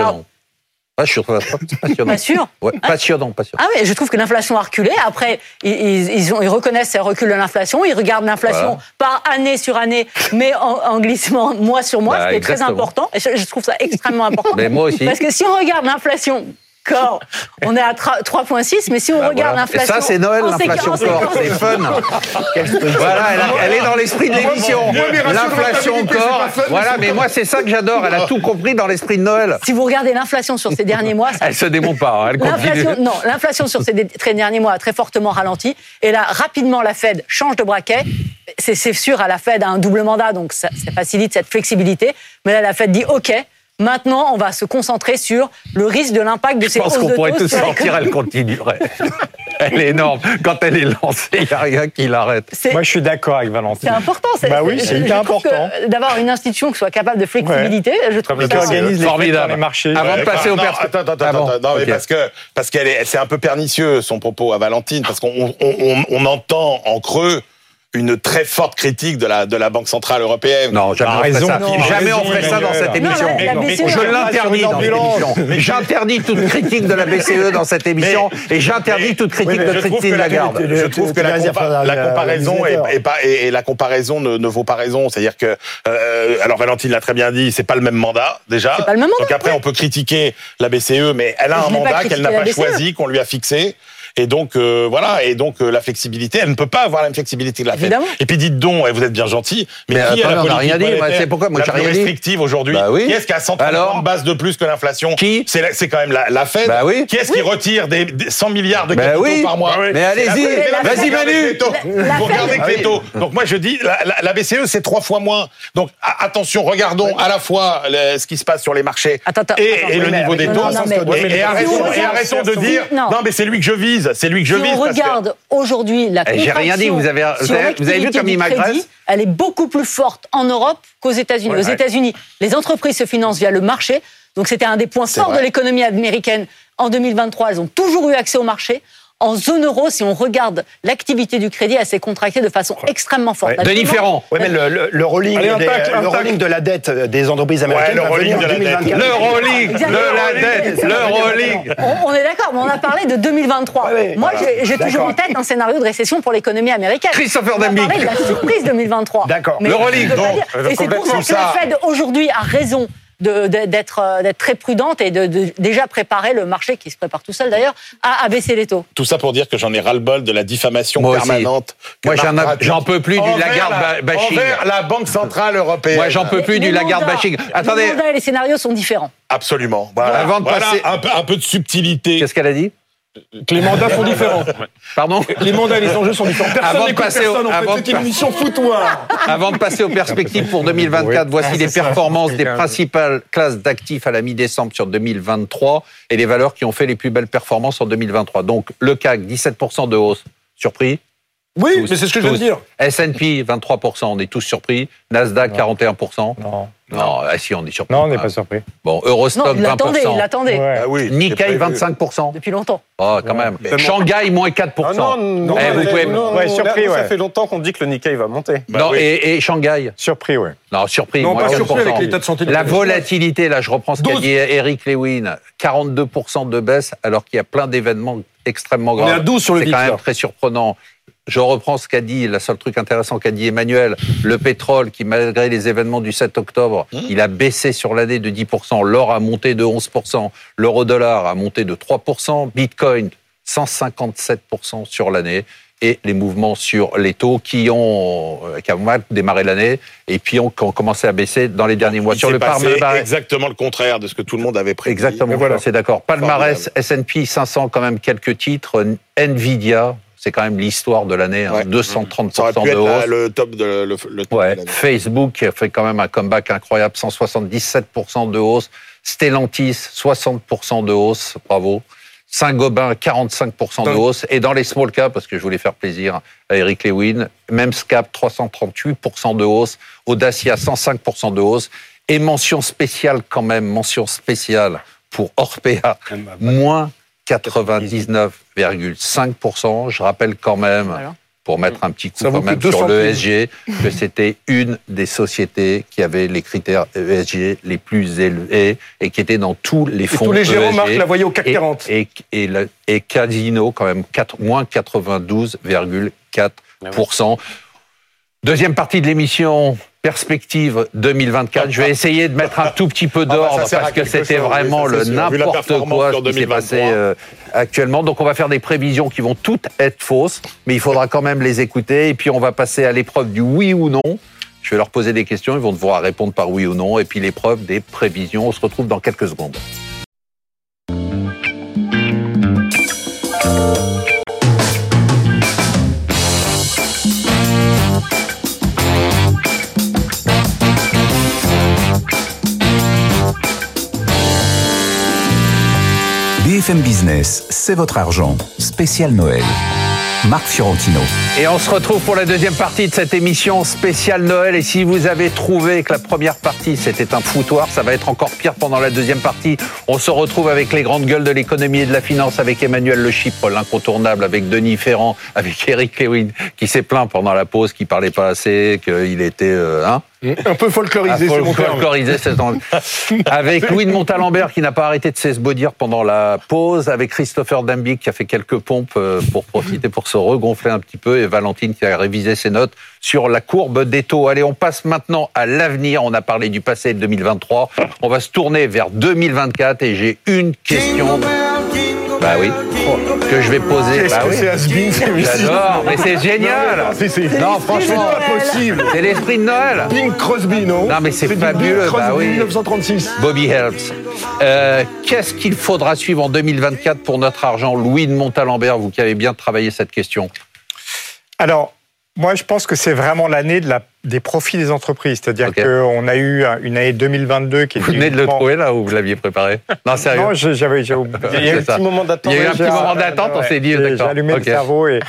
Passionnant. Ah, je suis passionnant.
Pas sûr.
Ouais, passionnant, passionnant.
Ah oui, je trouve que l'inflation a reculé. Après, ils, ils- ils ont- ils reconnaissent ces reculs de l'inflation. Ils regardent l'inflation par année sur année, mais en, en glissement mois sur mois,
Bah,
ce qui est très
exactement.
important. Et je, je trouve ça extrêmement important.
Mais moi aussi.
Parce que si on regarde l'inflation corps, on est à tra- 3,6, mais si on
Bah, voilà.
regarde
Et
l'inflation.
Ça, c'est Noël,
en
l'inflation
séquence- en
corps. C'est
séquence-
fun. voilà, elle, a- elle est dans l'esprit de l'émission. L'inflation corps. Voilà, mais moi, c'est ça que j'adore. Elle a tout compris dans l'esprit de Noël.
Si vous regardez l'inflation sur ces derniers mois, ça
Elle se démonte pas, hein, elle continue.
L'inflation, non, l'inflation sur ces dé- très derniers mois a très fortement ralenti. Et là, rapidement, la Fed change de braquet. C'est, c'est sûr, à la Fed a un double mandat, donc ça, ça facilite cette flexibilité. Mais là, la Fed dit OK. Maintenant, on va se concentrer sur le risque de l'impact de
Je
ces
pense
hausses
qu'on
de
pourrait
taux
tous
sur l'économie.
sortir, elle continuerait. Elle est énorme. Quand elle est lancée, il n'y a rien qui l'arrête.
C'est,
Moi, je suis d'accord avec
c'est
Valentine.
important.
Bah oui, c'est
je
hyper
trouve que
important.
D'avoir une institution qui soit capable de flexibilité, je trouve
Comme le Ah,
ça-
qui organise les fêtes dans
Formidable.
les marchés.
Avant de
Ouais,
passer
bah,
au
non,
perso-
Attends, attends,
Ah
attends,
bon,
attends, non, mais
ok.
parce que parce qu'elle est, c'est un peu pernicieux son propos à Valentine, parce qu'on on, on, on entend en creux une très forte critique de la de la Banque centrale européenne.
Non, jamais on
Par
ferait
raison,
ça.
non,
jamais
raison,
on ferait ça dans
Emmanuel.
cette
Non,
émission.
la- E la
Mais-
BCE-
mais-
Je l'interdis
Sur une
dans cette
ambulance.
émission. J'interdis toute critique de la BCE dans cette émission et j'interdis toute critique de
Je trouve que
Christine
la-
Lagarde.
Je trouve que la,
Tu l'as dit
compa-
à la- euh,
la
la-
comparaison
la-
est,
la-
est pas et, et la comparaison ne, ne vaut pas raison. C'est-à-dire que euh, alors Valentine l'a très bien dit, c'est pas le même mandat déjà.
pas le même mandat,
Donc après on peut critiquer la BCE, mais elle a
Je
un
n'ai pas
mandat qu'elle n'a pas
critiqué la E. BCE.
choisi, qu'on lui a fixé. Et donc euh, voilà, et donc euh, la flexibilité, elle ne peut pas avoir la même flexibilité que la Fed.
Évidemment.
Et puis dites donc, et vous êtes bien gentil, mais,
Mais
qui a
attendez,
la
on n'a
politique
rien dit, moi,
monétaire
c'est pourquoi moi,
la
j'ai
plus
rien dit.
restrictive aujourd'hui
Bah oui.
Qui est-ce qui a 130
Alors
points de base de plus que l'inflation
Qui
C'est la- c'est quand même la, la Fed.
Bah oui.
Qui est-ce qui retire des, des 100 milliards de
Bah
capitaux
oui.
par mois
Bah oui. Mais
C'est la
allez-y.
Fed.
Mais la
Vas-y
Fed- La-
Manu
la
Vous
Fed-
regardez que les taux. Donc moi je dis, la, la- la BCE c'est trois fois moins. Donc a- attention, regardons à la fois le- ce qui se passe sur les marchés
Attends, attends,
et,
attends,
et le
mais-
niveau des
non,
taux.
non, non, mais-
Et- et,
Si on
arrêtons, et
regarde-
arrêtons de
si-
dire,
non.
non. mais c'est lui que je vise, c'est lui que je
si
vise.
on
parce que-
regarde aujourd'hui la
Eh,
contraction
j'ai rien dit, vous avez- vous
sur
avez- vous avez vu
l'activité
comme il
du
m'agresse
crédit, elle est beaucoup plus forte en Europe qu'aux États-Unis. aux États-Unis, les entreprises se financent via le marché. Donc c'était un des points forts de l'économie américaine en 2023. Elles ont toujours eu accès au marché. En zone euro, si on regarde l'activité du crédit, elle s'est contractée de façon extrêmement forte. La
Denis
demande-
Ferrand,
Oui, mais le, le, le rolling,
Allez, un
des-
tacle, un
le
tacle.
rolling de la dette des entreprises américaines
le
va
rolling
venir en
de la dette.
2024.
le rolling, le la dette, le rolling.
On, on est d'accord, mais on a parlé de 2023.
Ouais, ouais,
Moi,
voilà.
j'ai- j'ai toujours en tête un scénario de récession pour l'économie américaine.
Christopher
on a
Demby.
parlé de la surprise 2023.
D'accord.
Mais
Le
je
rolling,
peux pas
donc,
dire.
euh,
Et c'est pour ça
complètement
que la Fed aujourd'hui a raison de- de- d'être euh, d'être très prudente et de, de déjà préparer le marché qui se prépare tout seul d'ailleurs à, à baisser les taux.
Tout ça pour dire que j'en ai ras-le-bol de la diffamation
Moi aussi.
permanente. que
Moi, j'en
Marc
a-
Rapp-
j'en peux plus du
Ah, envers
Lagarde
la-
ba- bashing.
Envers la Banque Centrale Européenne.
Moi, j'en peux plus
Les
du Lagarde
mandats-
bashing.
les
Attendez,
mandats et les scénarios sont différents.
Absolument. Voilà.
Avant de
Voilà
passer-
un, peu, un peu de subtilité.
qu'est-ce qu'elle a dit
Les mandats sont différents.
Pardon
Les mandats et les enjeux sont différents. Personne
Avant de
n'écoute
passer au-
personne, en
avant
fait.
de
C'est une
pas-
émission foutoir.
Avant de passer aux perspectives pour 2024, voici les performances des principales classes d'actifs à la mi-décembre sur 2023 et les valeurs qui ont fait les plus belles performances en 2023. Donc le CAC, 17% de hausse, Surpris
Oui,
Tous,
mais c'est ce que je viens de
tous.
dire.
S&P 23%, on est tous surpris. Nasdaq 41%.
Non,
Non, ah si, on est surpris.
non on n'est pas surpris.
Bon,
Non,
Eurostock
il l'attendait, il
20%.
l'attendait
Ouais.
Ah oui,
Nikkei
c'est prévu.
25%.
depuis longtemps.
Oh, quand même.
Mais-
Shanghai moins 4%.
Ah non, non,
Eh, vous
mais-
pouvez-
non,
Ouais,
non,
surpris,
là, Ça
ouais.
fait longtemps qu'on dit que le Nikkei va monter.
Bah
non,
oui.
et, et Shanghai
Surpris, oui.
Non, surpris.
Non,
moins
pas
4%.
surpris avec l'état de santé. de
La
l'économie.
volatilité, là, je reprends ce qu'a
12.
dit Eric Lewin. 42% de baisse, alors qu'il y a plein d'événements extrêmement
On
graves.
est à 12 sur le
C'est quand
VIX,
même
là.
très surprenant. Je reprends ce qu'a dit, le seul truc intéressant qu'a dit Emmanuel, le pétrole qui, malgré les événements du 7 octobre,
Mmh.
il a baissé sur l'année de 10%, l'or a monté de 11%, l'euro-dollar a monté de 3%, Bitcoin 157% sur l'année, et les mouvements sur les taux qui ont, euh, qui ont mal démarré l'année et puis ont, qui ont commencé à baisser dans les derniers mois.
Il
sur
s'est
le bah,
passé
parme barré-
exactement le contraire de ce que tout le monde avait prédit.
Exactement,
Mais
voilà. c'est d'accord. Palmarès, S&P 500, quand même quelques titres. Nvidia, c'est quand même l'histoire de l'année, hein,
Ouais. Ça aurait
230%
pu
de
être
hausse.
la- le top de le, le top
Ouais.
de l'année.
Facebook qui a fait quand même un comeback incroyable, 177% de hausse. Stellantis, 60% de hausse, bravo. Saint-Gobain, 45% de
Dingue.
hausse. Et dans les small caps, parce que je voulais faire plaisir à Eric Lewin, même SCAP, 338% de hausse. Audacia, 105% de hausse. Et mention spéciale quand même, mention spéciale pour
Ah,
Orpea,
bah,
moins 99,5%. Je rappelle quand même,
Voilà.
pour mettre un petit coup
Ça vaut
quand même
plus de
sur
200
l'ESG, E que c'était une des sociétés qui avait les critères ESG les plus élevés et qui était dans tous les
Et
fonds E
tous les gérants
ESG.
marques la voyaient au CAC
Et-
40.
Et, et, le- et Casino, quand même, quatre- moins 92,4%. Deuxième partie de l'émission, perspective 2024. Je vais essayer de mettre un tout petit peu
bah, ça
d'ordre
sert à
parce que
quelque
c'était
chose, oui,
vraiment
ça,
le
c'est sûr. Vu la
n'importe
performance
quoi
sur
ce qui s'est
2023.
passé euh, actuellement. Donc on va faire des prévisions qui vont toutes être fausses, mais il faudra quand même les écouter. Et puis on va passer à l'épreuve du oui ou non. Je vais leur poser des questions, ils vont devoir répondre par oui ou non. Et puis l'épreuve des prévisions, on se retrouve dans quelques secondes.
BFM Business, c'est votre argent. Spécial Noël. Marc Fiorentino.
Et on se retrouve pour la deuxième partie de cette émission spéciale Noël. Et si vous avez trouvé que la première partie c'était un foutoir, ça va être encore pire pendant la deuxième partie. On se retrouve avec les grandes gueules de l'économie et de la finance, avec Emmanuel Le Chypre, l'incontournable, avec Denis Ferrand, avec Eric Lewin, qui s'est plaint pendant la pause, qui parlait pas assez, qu'il était euh, hein,
Un peu
Ah,
folklorisé, c'est mon terme.
folklorisé, c'est dans le- Avec Louis de Montalembert qui n'a pas arrêté de s'esbaudir pendant la pause, avec Christopher Dambic qui a fait quelques pompes euh, pour profiter, pour se regonfler un petit peu, et Valentine qui a révisé ses notes sur la courbe des taux. Allez, on passe maintenant à l'avenir. On a parlé du passé de 2023. On va se tourner vers 2024 et j'ai une question. Bah oui, que je vais poser.
Qu'est-ce
Bah
que
oui.
c'est Asbin, c'est
J'adore, mais c'est génial. Non, franchement,
pas possible.
c'est l'esprit de Noël.
Bing Crosby, non
Non, mais c'est
du Bing
fabuleux,
Crosby
bah oui.
1936.
Bobby Helps. Euh, Qu'est-ce qu'il faudra suivre en 2024 pour notre argent Louis de Montalembert, vous qui avez bien travaillé cette question.
Alors, moi, je pense que c'est vraiment l'année de la- des profits des entreprises. C'est-à-dire
Ok.
qu'on a eu euh, une année 2022 qui
Vous
était
venez de le
uniquement-
trouver là ou vous l'aviez préparé Non, sérieux.
Non, je- j'avais j'ai oublié.
Il y a eu un petit
moment d'attente.
Il y a ah, eu un petit moment d'attente, on s'est dit,
J'ai
d'accord,
allumé
ok.
le cerveau. Et,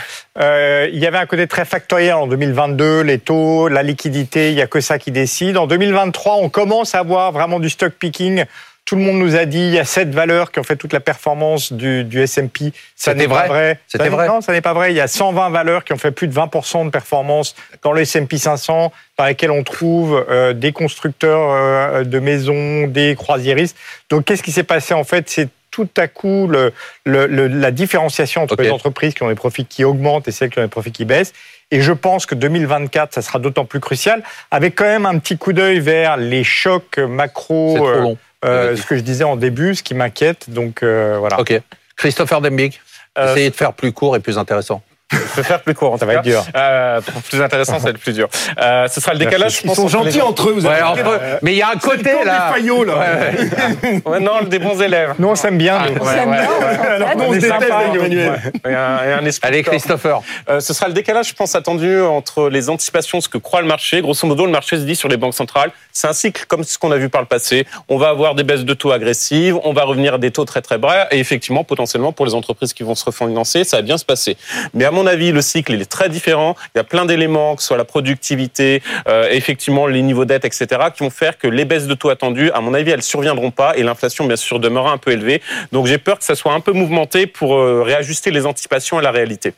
euh, il y avait un côté très factoriel en 2022, les taux, la liquidité, il n'y a que ça qui décide. En 2023, on commence à avoir vraiment du stock picking. Tout le monde nous a dit, il y a sept valeurs qui ont fait toute la performance du, du S&P. Ça
C'était
n'est pas
vrai.
vrai.
C'était
Ça n'est-
vrai.
Non, ça n'est pas vrai. Il y a 120 valeurs qui ont fait plus de 20% de performance dans le S&P 500, dans lesquelles on trouve euh, des constructeurs euh, de maisons, des croisiéristes. Donc, qu'est-ce qui s'est passé en fait C'est tout à coup le, le- le- la différenciation entre
Ok.
les entreprises qui ont des profits qui augmentent et celles qui ont des profits qui baissent. Et je pense que 2024, ça sera d'autant plus crucial, avec quand même un petit coup d'œil vers les chocs macro,
C'est trop
euh,
long.
euh, ce que je disais en début, ce qui m'inquiète. Donc euh, voilà,
Ok. Christopher Dembig,
Euh,
essayez de faire plus court et plus intéressant.
Je peux faire plus court. en
ça
tout
va être
cas.
dur.
Euh, pour plus intéressant, c'est le plus dur. Euh, ce sera le décalage.
Ils sont gentils entre eux, vous
Ouais,
avez
on
compris,
peut-
là.
Mais il y a un
C'est le
côté
temps
là.
des faillots, là.
Ouais, ouais.
Ouais, non, le des bons élèves.
Nous, on s'aime bien.
Ah,
nous.
ouais, ouais, ouais.
Alors
Ouais,
qu'on
on
se
est
déteste,
sympa,
Emmanuel.
Et un, et un esprit
Allez,
fort.
Christopher.
Euh, ce sera le décalage, je pense, attendu entre les anticipations, ce que croit le marché. Grosso modo, le marché se dit sur les banques centrales, c'est un cycle comme ce qu'on a vu par le passé. On va avoir des baisses de taux agressives, on va revenir à des taux très très bas, et effectivement, potentiellement, pour les entreprises qui vont se refinancer, ça va bien se passer. Mais à mon avis, pays, le cycle, il est très différent. Il y a plein d'éléments, que ce soit la productivité, euh, effectivement les niveaux d'aide, etc., qui vont faire que les baisses de taux attendues, à mon avis, elles surviendront pas et l'inflation, bien sûr, demeurera un peu élevée. Donc j'ai peur que ça soit un peu mouvementé pour euh, réajuster les anticipations à la réalité.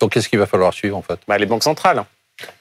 Donc qu'est-ce qu'il va falloir suivre en fait
Bah, les banques centrales.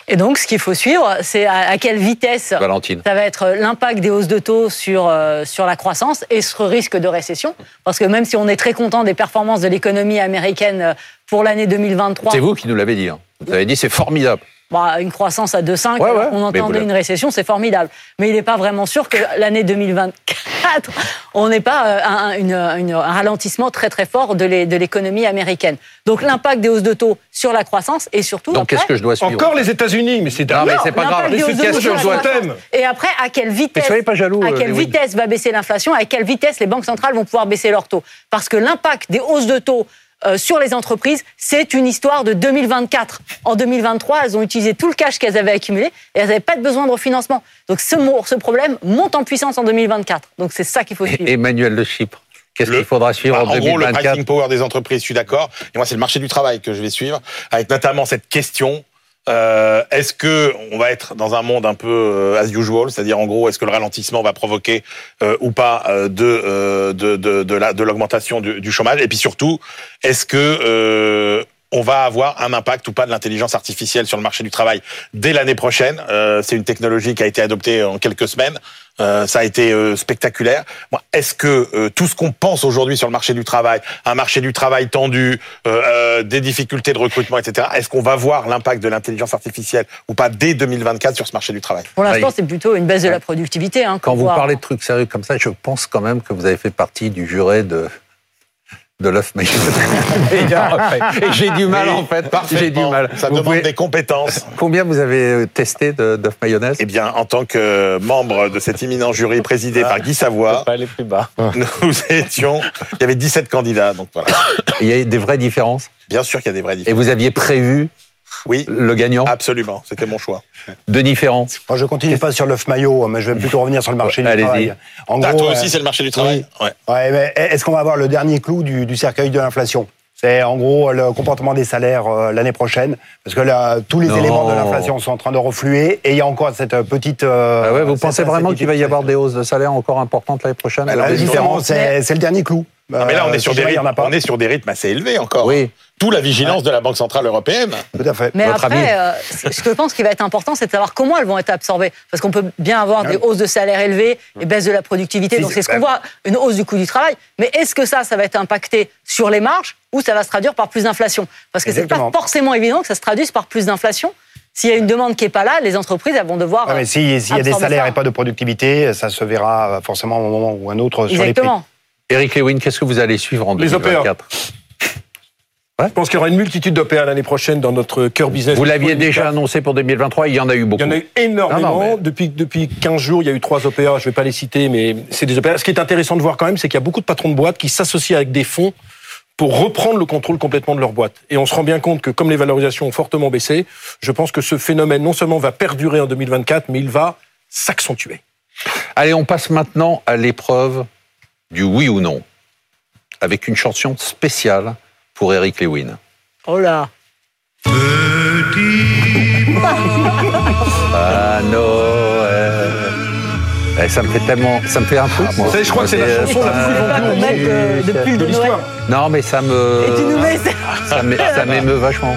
Et donc, ce qu'il faut suivre, c'est à, à quelle vitesse
Valentine.
ça va être euh, l'impact des hausses de taux sur, euh, sur la croissance et ce risque de récession. Parce que même si on est très content des performances de l'économie américaine euh, pour l'année 2023,
C'est vous qui nous l'avez dit. hein. Vous avez dit c'est formidable.
bah, une croissance à 2,5,
Ouais, ouais.
on
Mais vous
entendait
l'avez-
une récession, c'est formidable. Mais il n'est pas vraiment sûr que l'année 2024, on n'ait pas euh, un, un- une- une- un ralentissement très très fort de l'é- de l'économie américaine. Donc, l'impact des hausses de taux sur la croissance et surtout...
Donc
après,
qu'est-ce que je dois suivre
Encore les États-Unis, mais c'est
Non, mais
dingue.
c'est pas
l'impact
grave.
des hausses de
Qu'est-ce
taux sur
que
la
je dois
croissance.
thème.
Et après, à quelle
Mais
vitesse
soyez pas jaloux,
À
euh,
quelle
Léonie.
vitesse va baisser l'inflation À quelle vitesse les banques centrales vont pouvoir baisser leurs taux Parce que l'impact des hausses de taux euh, sur les entreprises, c'est une histoire de 2024. En 2023, elles ont utilisé tout le cash qu'elles avaient accumulé et elles n'avaient pas de besoin de refinancement. Donc ce, mo- ce problème monte en puissance en 2024. Donc c'est ça qu'il faut suivre.
Et- Emmanuel de Chypre. Qu'est-ce
Le-
qu'il faudra suivre
Bah,
en
en gros, le
2024
pricing power des entreprises, je suis d'accord. Et moi, c'est le marché du travail que je vais suivre, avec notamment cette question. euh, est-ce que on va être dans un monde un peu euh, as usual, c'est-à-dire en gros, est-ce que le ralentissement va provoquer euh, ou pas euh, de, euh, de de de la- de l'augmentation du, du chômage Et puis surtout, est-ce que euh, on va avoir un impact ou pas de l'intelligence artificielle sur le marché du travail dès l'année prochaine. Euh, c'est une technologie qui a été adoptée en quelques semaines. Euh, ça a été euh, spectaculaire. Bon, Est-ce que euh, tout ce qu'on pense aujourd'hui sur le marché du travail, un marché du travail tendu, euh, euh, des difficultés de recrutement, etc., est-ce qu'on va voir l'impact de l'intelligence artificielle ou pas dès 2024 sur ce marché du travail
Pour l'instant,
Ouais.
c'est plutôt une baisse de la productivité. hein,
Quand
qu'on
vous
voit.
parlez de trucs sérieux comme ça, je pense quand même que vous avez fait partie du juré de de l'œuf magique. Et j'ai du mal en fait. J'ai du mal.
Ça
Vous
demande
pouvez-
des compétences.
Combien vous avez euh, testé de- d'œuf mayonnaise
Eh bien, en tant que membre de cet imminent jury présidé par Guy Savoie,
Pas les plus bas.
Ah.
nous étions, il y avait 17 candidats, donc voilà.
Il y a eu des vraies différences.
Bien sûr qu'il y a des vraies
Et
différences.
vous aviez prévu
Oui,
le gagnant
Ah. absolument, c'était mon choix.
Denis Ferrand.
Moi, je continue pas sur l'œuf maillot, mais je vais plutôt revenir sur le marché
Allez-y.
du travail. En
Ah, toi
euh,
aussi, c'est le marché du travail Ouais.
Ouais, mais est-ce qu'on va avoir le dernier clou du, du cercueil de l'inflation C'est en gros le comportement des salaires euh, l'année prochaine, parce que là, tous les
Non.
éléments de l'inflation sont en train de refluer, et il y a encore cette euh, petite. euh,
Ah ouais, vous
cette-
pensez
cette
vraiment qu'il va y
petite-
avoir des hausses de salaire encore importantes l'année prochaine
Bah, La
Alors,
différence, c'est c'est le dernier clou.
Non, Ah, mais là, on
Euh,
est, sur
si
des
jamais il y
rythmes,
en a pas.
on est sur des rythmes assez élevés encore. hein.
Oui.
Tout la vigilance de la Banque Centrale Européenne.
Tout à fait.
Mais
Votre ami.
après, euh, ce que je pense qui va être important, c'est de savoir comment elles vont être absorbées. Parce qu'on peut bien avoir
Ah
des hausses de salaire élevées et baisse de la productivité. Donc c'est ce qu'on voit,
bah
une hausse du coût du travail. Mais est-ce que ça, ça va être impacté sur les marges ou ça va se traduire par plus d'inflation Parce que c'est pas
Exactement.
forcément évident que ça se traduise par plus d'inflation. S'il y a une demande qui est pas là, les entreprises elles vont devoir. euh,
Ouais, Ah, mais si- s'il y a des
absorber
salaires
ça.
et pas de productivité, ça se verra euh, forcément à un moment ou un autre sur les prix.
Exactement.
Eric Lewin, qu'est-ce que vous allez suivre en
Les OPA.
2024
Je pense qu'il y aura une multitude d'OPA l'année prochaine dans notre cœur business.
Vous l'aviez déjà annoncé pour 2023, il y en a eu
Il
beaucoup.
y en a eu énormément.
Non, non, mais-
depuis, depuis 15 jours, il y a eu trois OPA. Je ne vais pas les citer, mais c'est des OPA. Ce qui est intéressant de voir quand même, c'est qu'il y a beaucoup de patrons de boîtes qui s'associent avec des fonds pour reprendre le contrôle complètement de leur boîte. Et on se rend bien compte que comme les valorisations ont fortement baissé, je pense que ce phénomène non seulement va perdurer en 2024, mais il va s'accentuer.
Allez, on passe maintenant à l'épreuve du oui ou non, avec une chanson spéciale pour Eric Lewin.
Oh là
Ah Noël. Eh, ça me fait tellement, ça me fait un peu. moi.
savez, je crois que c'est la
Euh,
chanson la plus
euh,
vendue au
Mec, euh, de pull de Noël.
Non, mais ça me.
Et tu nous mets.
Ça m'é-
Ah.
ça m'émeut vachement.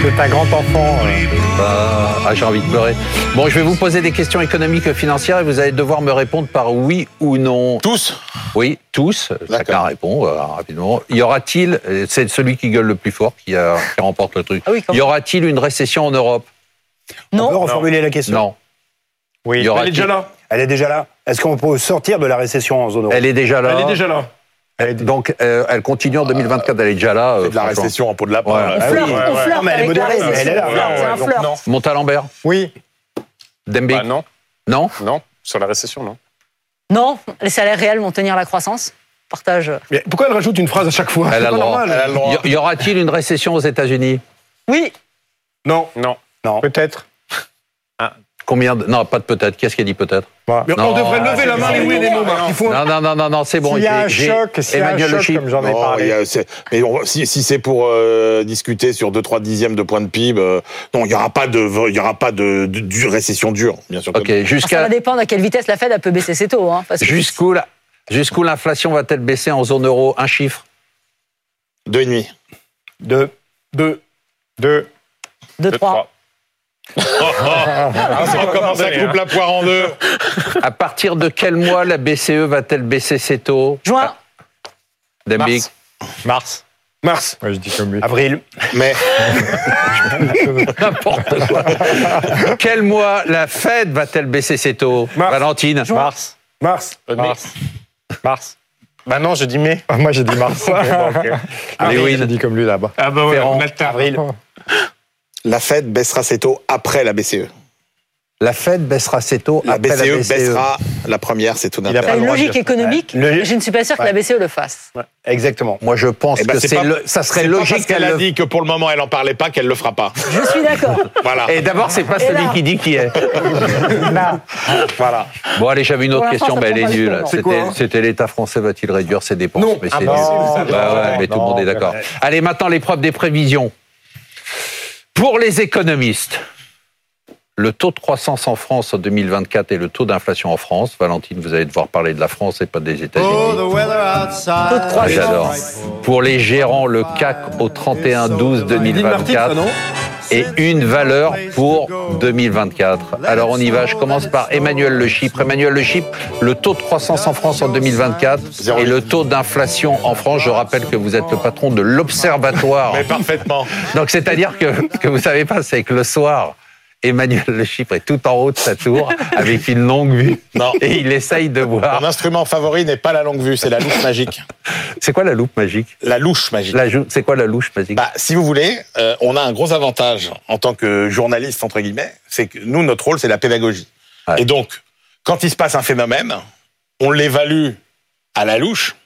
C'est un grand enfant. euh,
Bah, ah, j'ai envie de pleurer. Bon, je vais vous poser des questions économiques et financières et vous allez devoir me répondre par oui ou non.
Tous
Oui, tous. Chacun répond euh, rapidement. Y aura-t-il, euh, c'est celui qui gueule le plus fort qui, euh, qui remporte le truc.
Ah oui, quand
y aura-t-il une récession en Europe
On peut
Non.
reformuler la question.
Non.
Oui.
Y aura-t-il-
Elle est déjà là.
Elle est déjà là. Est-ce qu'on peut sortir de la récession en zone euro
Elle est déjà là.
Elle est déjà là.
Donc, euh, elle continue en 2024. Elle est déjà là. euh,
de la
franchement.
récession en peau de lapin.
Ouais.
On
là.
Ah oui,
flirte,
ouais,
on
ouais.
flirte
Non, mais elle est
avec la
modérée,
récession.
elle est là, ouais,
C'est un
donc
flirt.
non.
Montalembert,
Oui.
Dembe,
Bah, non,
non
non. Sur la récession, non.
Non, les salaires réels vont tenir la croissance. Partage.
Mais pourquoi elle rajoute une phrase à chaque
Ah,
fois
Elle a
C'est
le
pas
droit.
normal.
Elle a le droit.
Y, y aura-t-il une récession aux États-Unis
Oui,
Non.
Non.
Non.
Peut-être.
Combien de... Non, pas de peut-être. Qu'est-ce qui a dit peut-être
Bah,
Mais
Non,
on devrait lever la main, les oui et les non, Marc. Il faut
Non, non, non, non, non, c'est bon.
S'il y a
j'ai-
un
j'ai-
choc, s'il y a un
Emmanuel Le
choc,
Chip.
comme j'en ai
Non, Oh, il y
parlé.
a- c'est- mais on- si, si c'est pour euh, discuter sur 2-3 dixièmes de points de PIB, euh, non, il n'y aura pas de, il y aura pas de, de- du- récession dure, bien sûr. que
Ok,
Ah,
Ça va
jusqu'à
dépendre à quelle vitesse la Fed elle peut baisser ses taux. Hein, parce que-
jusqu'où la- jusqu'où l'inflation va-t-elle baisser en zone euro Un chiffre
non. Deux et demi.
Deux.
Deux.
Deux.
Deux, trois.
Ah,
Ah, Comment ça coupe la poire en deux
À partir de quel mois la BCE va-t-elle baisser ses taux
Juin.
Dembic
Mars.
Mars.
Ouais, je dis comme lui.
Avril.
Mais
N'importe quoi. Quel mois la Fed va-t-elle baisser ses taux
Mars.
Valentine
Mars.
Mars.
Mars. Mars.
Bah non, je dis mai.
Ah, Moi, j'ai dit Mars. Bon, ok.
Ah,
Lewin.
J'ai dit comme lui là-bas.
Ah bah ouais,
Avril.
la Fed baissera ses taux après la BCE.
La Fed baissera ses taux
La
après
BCE,
la E. BCE.
baissera la première, c'est tout
a
d'intérêt.
pas
C'est
le
une
droit de
logique
dire ça.
économique,
Ouais. Le-
mais je ne suis pas sûr que la BCE le fasse.
Exactement.
Moi, je pense
Eh ben,
que
c'est
c'est
pas-
le- ça serait
C'est pas
logique
parce qu'elle a
le-
dit que pour le moment elle en parlait pas qu'elle le fera pas.
Je suis d'accord.
Voilà.
Et d'abord, c'est pas
Et
celui
là.
qui dit qui est.
Là.
voilà.
Bon, allez, j'avais une
Pour
autre
l'instant,
question,
ça
mais elle est
prend pas le
nulle.
temps.
C'était-
C'est quoi, hein
C'était l'État français va-t-il réduire ses dépenses
Non.
Mais
Ah
c'est
bah,
nul.
si, vous savez.
Bah ouais, mais tout le
Non,
monde est
mais-
d'accord. Allez, maintenant, l'épreuve des prévisions. Pour les économistes, le taux de croissance en France en 2024 et le taux d'inflation en France. Valentine, vous allez devoir parler de la France et pas des États-Unis.
Oh,
Taux de
Ah,
croissance.
J'adore. Pour les gérants, le CAC au 31-12
Lynn Martin, ça,
2024
non
et une valeur pour 2024. Alors on y va, je commence par Emmanuel Le Chypre. Emmanuel Le Chypre, le taux de croissance en France en 2024 et le taux d'inflation en France. Je rappelle que vous êtes le patron de l'Observatoire.
Mais parfaitement.
Donc c'est-à-dire que ce que vous savez pas, c'est que le soir, Emmanuel Le Chypre est tout en haut de sa tour avec une longue vue
Non.
et il essaye de
Mon
voir.
instrument favori n'est pas la longue vue, c'est la louche magique.
C'est quoi la loupe magique
La louche magique.
La jou- C'est quoi la louche magique
Bah, si vous voulez, euh, on a un gros avantage en tant que journaliste, entre guillemets, c'est que nous, notre rôle, c'est la pédagogie.
Ouais.
Et donc, quand il se passe un phénomène, on l'évalue à la louche.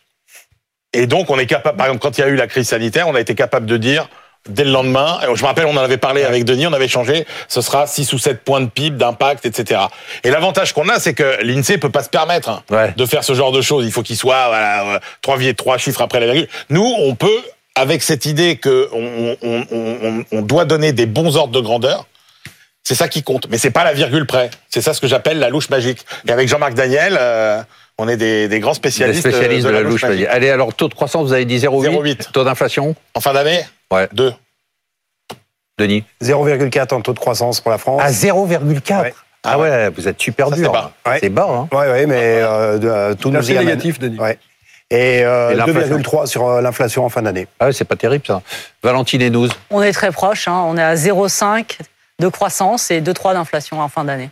Et donc, on est capable, par exemple, quand il y a eu la crise sanitaire, on a été capable de dire, dès le lendemain, et je me rappelle, on en avait parlé avec Denis, on avait changé, ce sera 6 ou 7 points de PIB, d'impact, etc. Et l'avantage qu'on a, c'est que l'INSEE peut pas se permettre hein,
Ouais.
de faire ce genre de choses. Il faut qu'il soit voilà, euh, trois, vi- trois chiffres après la virgule. Nous, on peut, avec cette idée que on, on- on- on- on doit donner des bons ordres de grandeur, c'est ça qui compte. Mais c'est pas la virgule près. C'est ça ce que j'appelle la louche magique. Et avec Jean-Marc Daniel, euh, on est des, des grands
Des
spécialistes, euh,
spécialistes euh, de, la, louche magique. Allez, alors taux de croissance, vous avez dit 0,8.
0,8.
Taux d'inflation,
En fin d'année,
Ouais.
2.
Denis
0,4 en taux de croissance pour la France.
0,4
Ouais.
Ah ouais, vous êtes super
Ça, c'est
dur.
bas.
Ouais.
C'est bas, hein
Ouais, ouais, mais euh, de- euh, tout
Il a
nous y
fait
amène.
négatif, Denis.
Ouais. Et, euh,
Et l'inflation.
2,3 sur euh, l'inflation en fin d'année.
Ah ouais, c'est pas terrible, ça. Valentine et nous.
On est très proche. hein. On est à 0,5 de croissance et 2,3 d'inflation en fin d'année.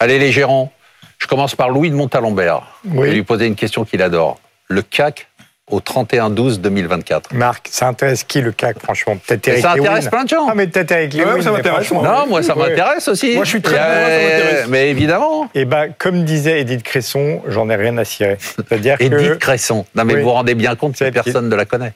Allez, les gérants. Je commence par Louis de Montalembert. Je vais
Oui.
lui poser une question qu'il adore. Le CAC au 31-12-2024.
Marc, ça intéresse qui le CAC, franchement Peut-être Eric
Ça
Lewin.
intéresse plein de gens.
Ah, mais peut-être avec les
Ouais, ça m'intéresse, moi.
Non, moi, ça m'intéresse aussi.
Moi, je suis très
Euh,
heureux, ça m'intéresse.
Mais évidemment.
Et ben, comme disait Edith Cresson, j'en ai rien à cirer. C'est-à-dire
Edith
que
Cresson. Non, mais
Oui.
vous vous rendez bien compte que
C'est-
personne ne la connaît.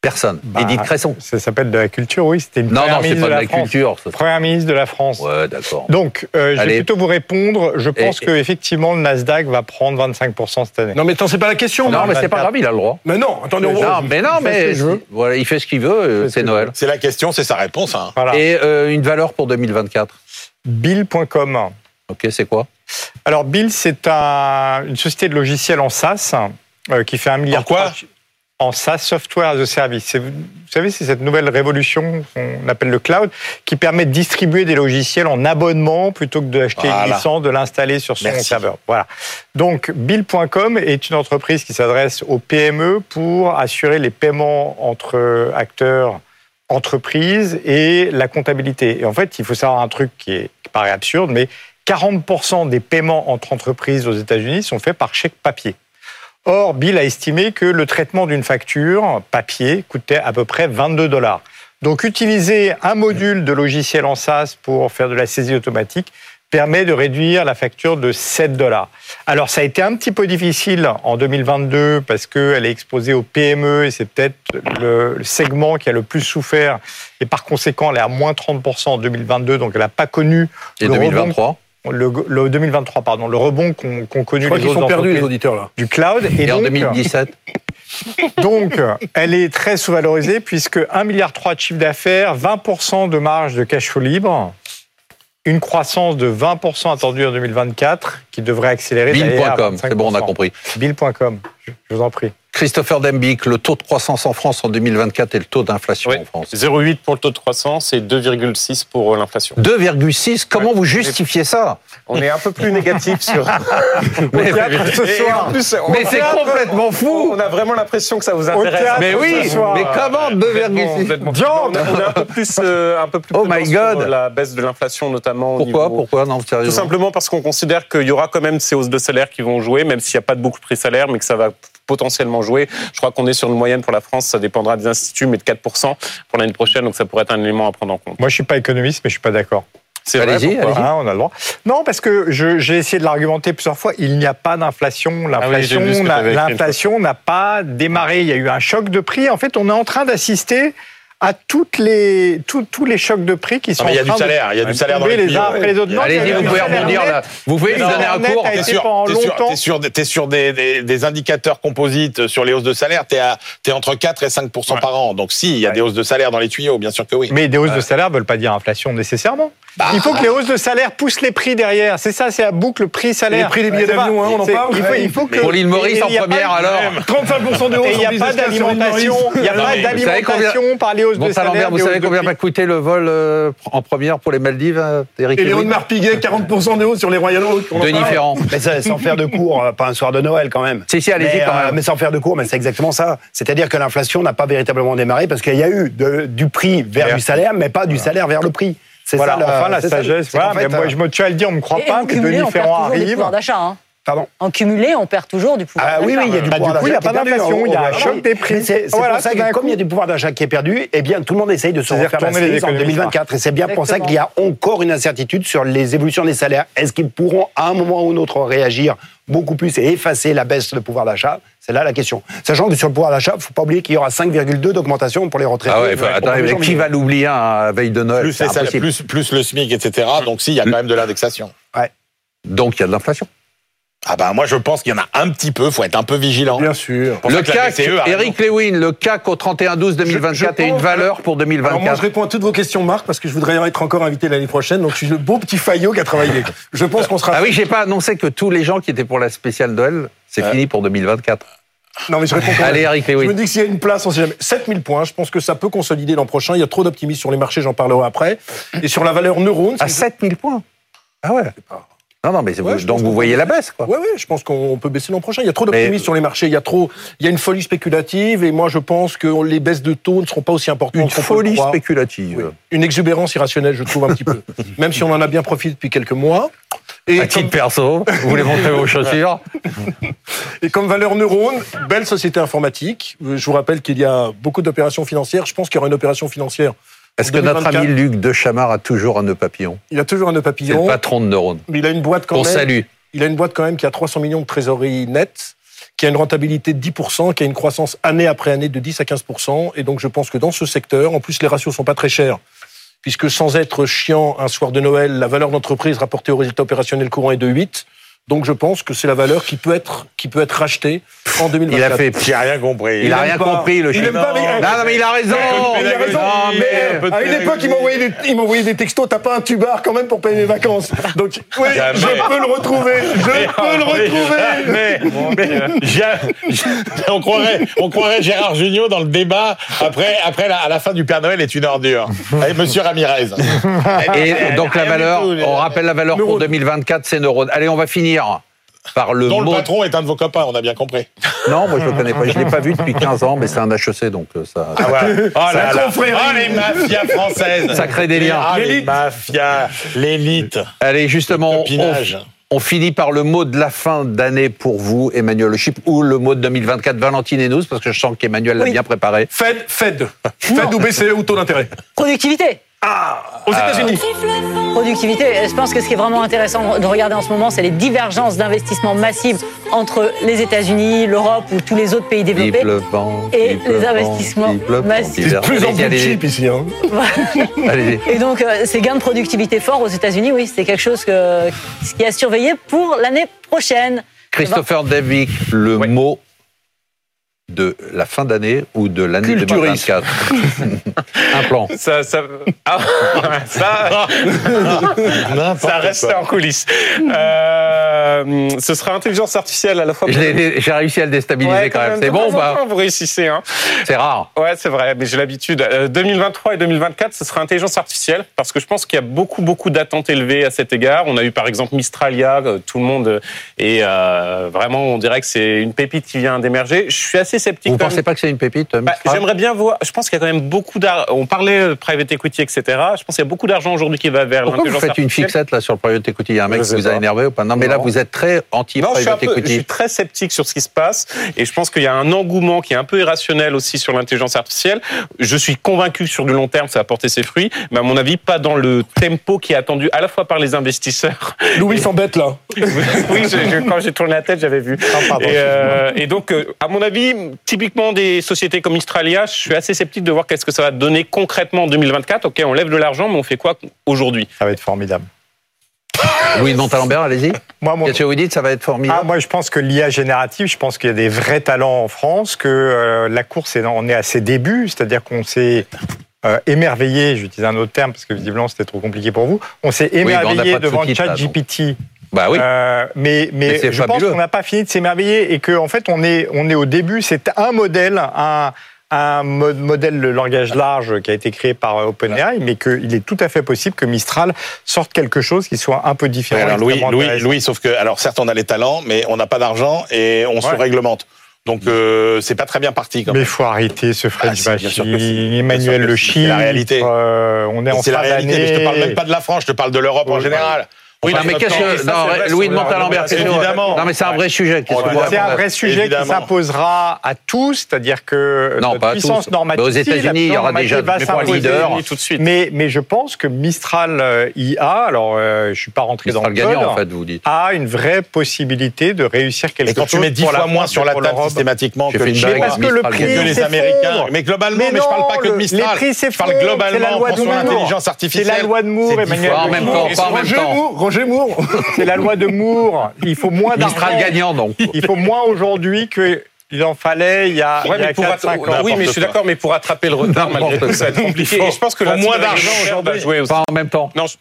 Personne.
Bah,
Edith Cresson.
ça s'appelle de la culture, oui. C'était une
Non,
première
non, c'est
ministre
pas de la
France.
culture. ça.
Première ministre de la France.
Ouais, d'accord.
Donc, euh, je
Allez.
vais plutôt vous répondre. Je pense
Et-
que effectivement, le Nasdaq va prendre 25% cette année.
Non, mais attends, c'est pas la question.
Non,
Marc.
mais c'est pas grave, il a le droit.
Mais non, attendez, on
Non, mais non,
il fait ce
mais
qu'il veut.
voilà, il fait ce qu'il veut, euh,
Il fait ce
c'est
qu'il
Noël.
C'est la question, c'est sa réponse. Hein.
Voilà.
Et euh, une valeur pour 2024.
Bill.com.
Ok, c'est quoi
Alors, Bill, c'est un- une société de logiciels en SaaS euh, qui fait un milliard.
En quoi
trois- En SaaS, Software as a Service. C'est- Vous savez, c'est cette nouvelle révolution qu'on appelle le cloud qui permet de distribuer des logiciels en abonnement plutôt que d'acheter une
Voilà.
licence, de l'installer sur son
Merci.
serveur. Voilà. Donc, Bill.com est une entreprise qui s'adresse aux PME pour assurer les paiements entre acteurs entreprises et la comptabilité. Et en fait, il faut savoir un truc qui, est- qui paraît absurde, mais 40% des paiements entre entreprises aux États-Unis sont faits par chèque papier. Or, Bill a estimé que le traitement d'une facture papier coûtait à peu près 22 dollars. Donc, utiliser un module de logiciel en SaaS pour faire de la saisie automatique permet de réduire la facture de 7 dollars. Alors, ça a été un petit peu difficile en 2022 parce qu'elle est exposée aux PME et c'est peut-être le le segment qui a le plus souffert. Et par conséquent, elle est à moins 30% en 2022, donc elle n'a pas connu
Et
le rebond
2023
le, le 2023, pardon, le rebond qu'ont qu'ont
Je
connu
crois
les
qu'ils
autres
sont perdus, les
entreprises
auditeurs, là.
du cloud. Et,
Et en
donc,
2017
donc, euh, elle est très sous-valorisée puisque 1,3 milliard de chiffre d'affaires, 20% de marge de cash flow libre, une croissance de 20% attendue en 2024 qui devrait accélérer. d'ailleurs à
Bill.com, c'est bon, on a
25%.
compris.
Bill.com, je je vous en prie.
Christopher Dembic, le taux de croissance en France en 2024 et le taux d'inflation
Oui.
en France.
0,8 pour le taux de croissance et 2,6 pour euh, l'inflation.
2,6, comment vous justifiez ça
On est un peu plus négatif sur.
Mais,
Ce soir,
En plus, on
mais
a-
c'est complètement fou
On a vraiment l'impression que ça vous
Au
intéresse.
théâtre,
Mais oui,
ce soir,
mais comment 2,6
complètement. Non, on a- on est un peu plus, euh, un peu plus
Oh
prudent
my
sur
God.
la baisse de l'inflation notamment. au
Pourquoi
niveau-
Pourquoi Non,
Tout
sérieusement.
simplement parce qu'on considère qu'il y aura quand même ces hausses de salaire qui vont jouer, même s'il n'y a pas de boucle prix salaire, mais que ça va potentiellement jouer. Je crois qu'on est sur une moyenne pour la France, ça dépendra des instituts, mais de 4% pour l'année prochaine, donc ça pourrait être un élément à prendre en compte.
Moi, je suis pas économiste, mais je suis pas d'accord.
C'est vrai,
Allez-y,
pourquoi
allez-y.
Hein, on a le droit. Non, parce que je- j'ai essayé de l'argumenter plusieurs fois. Il n'y a pas d'inflation. L'inflation
j'ai vu ce que
n'a-
t'avais écrit une
l'inflation n'a pas démarré. Il y a eu un choc de prix. En fait, on est en train d'assister à toutes les, tous- tous les chocs de prix qui sont
Non, Ah, mais il y a
en train
du
de
salaire, il y a du salaire dans
tomber
les
les
pays.
uns après les autres. Non, il y
Allez-y,
a eu
vous
un
pouvez
salaire
rebondir
net.
là. Vous pouvez lui
Non,
donner un
net
cours.
a
T'es
été
sûr,
pendant
t'es sûr,
longtemps.
t'es sûr, des- t'es sur des, des- des indicateurs composites sur les hausses de salaire, t'es à- t'es entre 4 et 5 par an. Donc si, il y a des hausses de salaire dans les tuyaux, bien sûr que oui.
Mais des hausses de salaire ne veulent pas dire inflation nécessairement. il faut que les hausses de salaire poussent les prix derrière. C'est ça, c'est la boucle prix-salaire.
Les prix des billets
C'est pas-
d'avion, hein, on en
c'est-
parle,
Il faut,
ouais.
il faut que.
Pour l'île Maurice
et- et
en
il y a pas
première,
de-
alors.
35% de hausse
Et il n'y a pas d'alimentation, il n'y a
Non,
pas
mais vous
savez combien-
d'alimentation par les hausses de
Bon,
salaire.
Lambert, vous
des
savez
hausses de
combien
prix.
va coûter le vol euh, en première pour les Maldives, euh, Eric
Et
Héroïne
Léon Piguet, 40% de hausse sur les Royal Oak. on en
Denis
parle.
Ferrand.
Mais ça, sans faire de cours, euh, pas un soir de Noël quand même.
Si, si, allez-y
mais,
quand
euh,
même.
mais sans faire de cours, mais c'est exactement ça. C'est-à-dire que l'inflation n'a pas véritablement démarré parce qu'il y a eu de- du prix vers
Vers.
du salaire, mais pas du salaire vers le prix. C'est
Voilà,
ça,
enfin la
c'est ça.
sagesse.
C'est
Voilà,
qu'en fait,
mais moi,
euh,
je me tue à le dire, on ne me croit
Et
pas
en
que
cumulé,
Denis
on perd
Ferrand
toujours du
arrive.
pouvoir d'achat. hein.
Pardon.
En cumulé, on perd toujours du pouvoir
Ah
d'achat.
oui, oui, il y a du
Bah,
pouvoir
du coup, il y a
d'achat
pas
qui est perdu, hein,
d'inflation, il y a
on-
un
on-
choc
on-
des prix.
mais C'est c'est
Voilà,
pour ça
tout
que
d'un
comme il y a
coup.
du pouvoir d'achat qui est perdu, eh bien tout le monde essaye de se
C'est-à-dire
refaire la
retourner les
cerise en
économistes.
2024. Et c'est bien pour ça
Exactement.
qu'il y a encore une incertitude sur les évolutions des salaires. Est-ce qu'ils pourront à un moment ou un autre réagir beaucoup plus et effacer la baisse de pouvoir d'achat C'est là la question. Sachant que sur le pouvoir d'achat, faut pas oublier qu'il y aura 5,2 d'augmentation pour les retraités.
Ah ouais, enfin, attendez, mais qui va l'oublier hein, à la veille de Noël
Plus,
C'est
les salaires,
impossible.
plus, Mm. plus le SMIC, etc. Donc si, il y a quand même de l'indexation.
Donc il y a de l'inflation.
Ah ben moi je pense qu'il y en a un petit peu, faut être un peu vigilant.
Bien sûr.
Pour
Le
ça que la
CAC,
BCE a raison.
Eric Lewin, le CAC au 31-12-2024
E Je-
et
je
une
pense- hein.
valeur pour
Alors moi, je
2024.
réponds à toutes vos questions, Marc, parce que je voudrais être encore invité l'année prochaine. Donc, je suis le beau petit faillot qui a travaillé. Je pense qu'on sera.
Ah oui, j'ai pas annoncé que tous les gens qui étaient pour la spéciale Noël, c'est fini pour 2024.
Non, mais je réponds quand même.
Allez, Eric
Je me
Lewin.
dis que s'il y a une place, on sait jamais. 7000 points, je pense que ça peut consolider l'an prochain. Il y a trop d'optimisme sur les marchés, j'en parlerai après. Et sur la valeur neurone.
À 7000 points. Ah ouais. Non, non, mais c'est-
Ouais, je
donc
pense
vous
que-
voyez la baisse, quoi.
Ouais, ouais, je pense qu'on peut baisser l'an prochain. Il y a trop
Mais-
d'optimisme sur les marchés. Il y a trop, il y a une folie spéculative. Et moi, je pense que les baisses de taux ne seront pas aussi importantes.
Une
qu'on peut le
folie
croire.
spéculative.
Une exubérance irrationnelle, je trouve un petit peu. Même si on en a bien profité depuis quelques mois. Et
À titre perso, vous voulez montrer vos chaussures
Et comme valeur neurone, belle société informatique. Euh, Je vous rappelle qu'il y a beaucoup d'opérations financières. Je pense qu'il y aura une opération financière.
Est-ce que notre
2024,
ami Luc de Chamard a toujours un nœud papillon
Il a toujours un nœud
C'est le
papillon.
patron de Neurone.
Mais il a une boîte quand
Qu'on
même.
salue.
Il a une boîte quand même qui a 300 millions de trésorerie nette, qui a une rentabilité de 10%, qui a une croissance année après année de 10 à 15%. Et donc, je pense que dans ce secteur, en plus, les ratios sont pas très chers. Puisque sans être chiant, un soir de Noël, la valeur d'entreprise rapportée au résultat opérationnel courant est de 8. Donc, je pense que c'est la valeur qui peut être, qui peut être rachetée en 2024.
Il a fait.
J'ai rien compris.
Il a
aime
rien
pas.
compris, le
Il
chien.
aime pas, mais-
Non, non, mais il a raison.
Oh, Il a raison,
Non,
mais,
mais-
euh, à une époque, il m'envoyait des, il m'envoyait des textos. T'as pas un tubar quand même pour payer mes vacances Donc, oui,
Jamais.
je peux le retrouver. Je peux
Ah,
le retrouver.
Mais, mais,
euh,
j'ai- j'ai- on croirait, on croirait Gérard Jugnot dans le débat après, après la, à la fin du Père Noël est une ordure. Allez, Monsieur Ramirez.
Et donc la
Rien du
valeur,
tout, les-
on rappelle la valeur pour 2024, c'est Neurone. Allez, on va finir par le
Dont le
mot.
patron est un de vos copains, on a bien compris.
Non, moi je le connais pas, je l'ai pas vu depuis 15 ans, mais c'est un HEC, donc euh, ça.
Ah ouais. Oh là là.
confrérie.
Oh, les mafias françaises.
Ça crée des liens.
Ah, les
L'élite.
mafias, l'élite,
Allez, justement,
le
on,
pinage.
on finit par le mot de la fin d'année pour vous, Emmanuel Le Chip, ou le mot de 2024, Valentine Hénouz, parce que je sens qu'Emmanuel l'a
Oui.
bien préparé.
Fed, Fed. Fed E ou BCE ou taux d'intérêt.
Productivité.
Ah, Aux États-Unis.
Productivité, euh, je pense que ce qui est vraiment intéressant de regarder en ce moment, c'est les divergences d'investissement massives entre les États-Unis, l'Europe ou tous les autres pays développés.
Développement,
Et les
développement,
investissements
développement,
massifs.
C'est de plus en
Allez-y,
plus
allez-y,
cheap ici. Hein.
allez-y.
Et donc, euh, ces gains de productivité forts aux États-Unis, oui, c'est quelque chose que, ce qui a surveillé pour l'année prochaine.
Christopher Davick, le mot de la fin d'année ou de l'année
Culturiste.
2024 Un plan.
Ça, ça, ah, ça, ça reste en coulisses. Euh, ce sera intelligence artificielle à la fois.
Je l'ai- J'ai réussi à le déstabiliser
Ouais,
quand même. C'est
de
bon
temps
ou
en
pas
temps, Vous réussissez, hein.
C'est rare.
Ouais, c'est vrai, mais j'ai l'habitude. Euh, 2023 et 2024, ce sera intelligence artificielle, parce que je pense qu'il y a beaucoup, beaucoup d'attentes élevées à cet égard. On a eu par exemple Mistralia, euh, tout le monde, et euh, vraiment, on dirait que c'est une pépite qui vient d'émerger. Je suis assez sceptique.
Vous
quand
pensez pas que c'est une pépite
bah,
Mistral
J'aimerais bien voir. Je pense qu'il y a quand même beaucoup d'argent. On parlait euh, private equity, etc. Je pense qu'il y a beaucoup d'argent aujourd'hui qui va vers
Pourquoi vous
l'intelligence
faites une
artificielle.
fixette là sur le private equity Il y a un mec
Je
qui
sais
vous a
pas.
énervé ou pas Non, mais là
Non.
vous êtes très
Non, je suis, un
anti-private
peu- je suis
equity.
très sceptique sur ce qui se passe et je pense qu'il y a un engouement qui est un peu irrationnel aussi sur l'intelligence artificielle. Je suis convaincu que sur du long terme, ça va porter ses fruits, mais à mon avis, pas dans le tempo qui est attendu à la fois par les investisseurs.
Louis s'embête là.
oui, je- je- quand j'ai tourné la tête, j'avais vu. Et, euh, et donc, euh, à mon avis, typiquement des sociétés comme Australia, je suis assez sceptique de voir qu'est-ce que ça va donner concrètement en 2024. Ok, on lève de l'argent, mais on fait quoi aujourd'hui
Ça va être formidable.
Louis de Montalembert, allez-y.
Moi, mon-
Qu'est-ce que vous dites Ça va être
Ah,
formidable.
moi, je pense que l'IA générative, je pense qu'il y a des vrais talents en France, que euh, la course, est, on est à ses débuts, c'est-à-dire qu'on s'est euh, émerveillé, j'utilise un autre terme parce que visiblement c'était trop compliqué pour vous, on s'est
on n'a
émerveillé
pas de
devant
sous-titres, là,
ChatGPT.
Ah
Bah oui.
Euh, mais mais,
Mais c'est
je
fabuleux.
pense qu'on n'a pas fini de s'émerveiller et qu'en en fait, on est, on est au début. C'est un modèle, un, un mo- modèle de langage large qui a été créé par euh, OpenAI, mais qu'il est tout à fait possible que Mistral sorte quelque chose qui soit un peu différent.
Ouais, alors, Louis,
extrêmement
Louis,
intéressant.
Louis, sauf que, alors certes, on a les talents, mais on n'a pas d'argent et on se
Ouais.
réglemente. Donc, euh, c'est pas très bien parti. Quand
Mais
même.
il faut arrêter ce French
Ah, si, bien sûr que
bashing,
si. Bien sûr
Emmanuel
que
Le
si,
Chiffre.
c'est la réalité.
euh, on est en
C'est la
fin
réalité. Mais je te parle
d'année.
même pas de la France, je te parle de l'Europe en général.
Oui,
Enfin,
non, mais
notre
qu'est-ce
temps-
que.
ça,
non,
c'est vrai,
Louis
sur
de
la
Montalembert,
rémunération,
qu'est-ce que-
évidemment.
Non, mais c'est un vrai sujet. Qu'est-ce
Oh,
que vous
bah,
C'est un
racontez
vrai sujet qui
Évidemment.
s'imposera à tous, c'est-à-dire que
Non,
notre
pas à
puissance
tous.
normative.
Mais aux États-Unis,
la puissance
il y aura déjà
normative
des
va
points
s'imposer.
leaders.
tout de suite.
Mais, mais je pense que Mistral euh, IA, alors euh, je suis pas rentré
Il sera
dans
le
le
gagnant,
code,
en fait, vous dites.
a une vraie possibilité de réussir quelque
Et quand
chose.
tu mets 10
pour la
fois moins
France
sur
et
la
pour
table
l'Europe.
systématiquement
J'ai
que
fait
les
une
Mais
blague.
Chinois,
parce que le
Mistral
prix
que
gagnant.
les
s'effondre.
Américains. Mais globalement, mais,
Mais
je parle
non,
pas que de
le- les
Mistral.
prix
Je parle
s'effondrent, c'est la
globalement, on
loi
prend
du
son
Moore.
intelligence
C'est
artificielle.
la loi de Moore,
C'est
Emmanuel.
différent. En
Le
même
Chiffre.
temps,
Et
pas en même
Roger
temps.
Moore,
Roger Moore.
C'est la loi de Moore. Il faut moins d'argent.
Mistral gagnant, donc.
Il faut moins aujourd'hui qu'il en fallait il y a,
Ouais,
Ah, il y a
mais pour
4-5
attra-
ans.
oui, mais je suis
quoi.
d'accord, mais pour attraper le retard,
N'importe
malgré tout, ça va être compliqué. Et je pense que
Pour
la
moins
team
d'argent
américaine
aujourd'hui.
va jouer aussi.
Pas en même temps.
Non, je-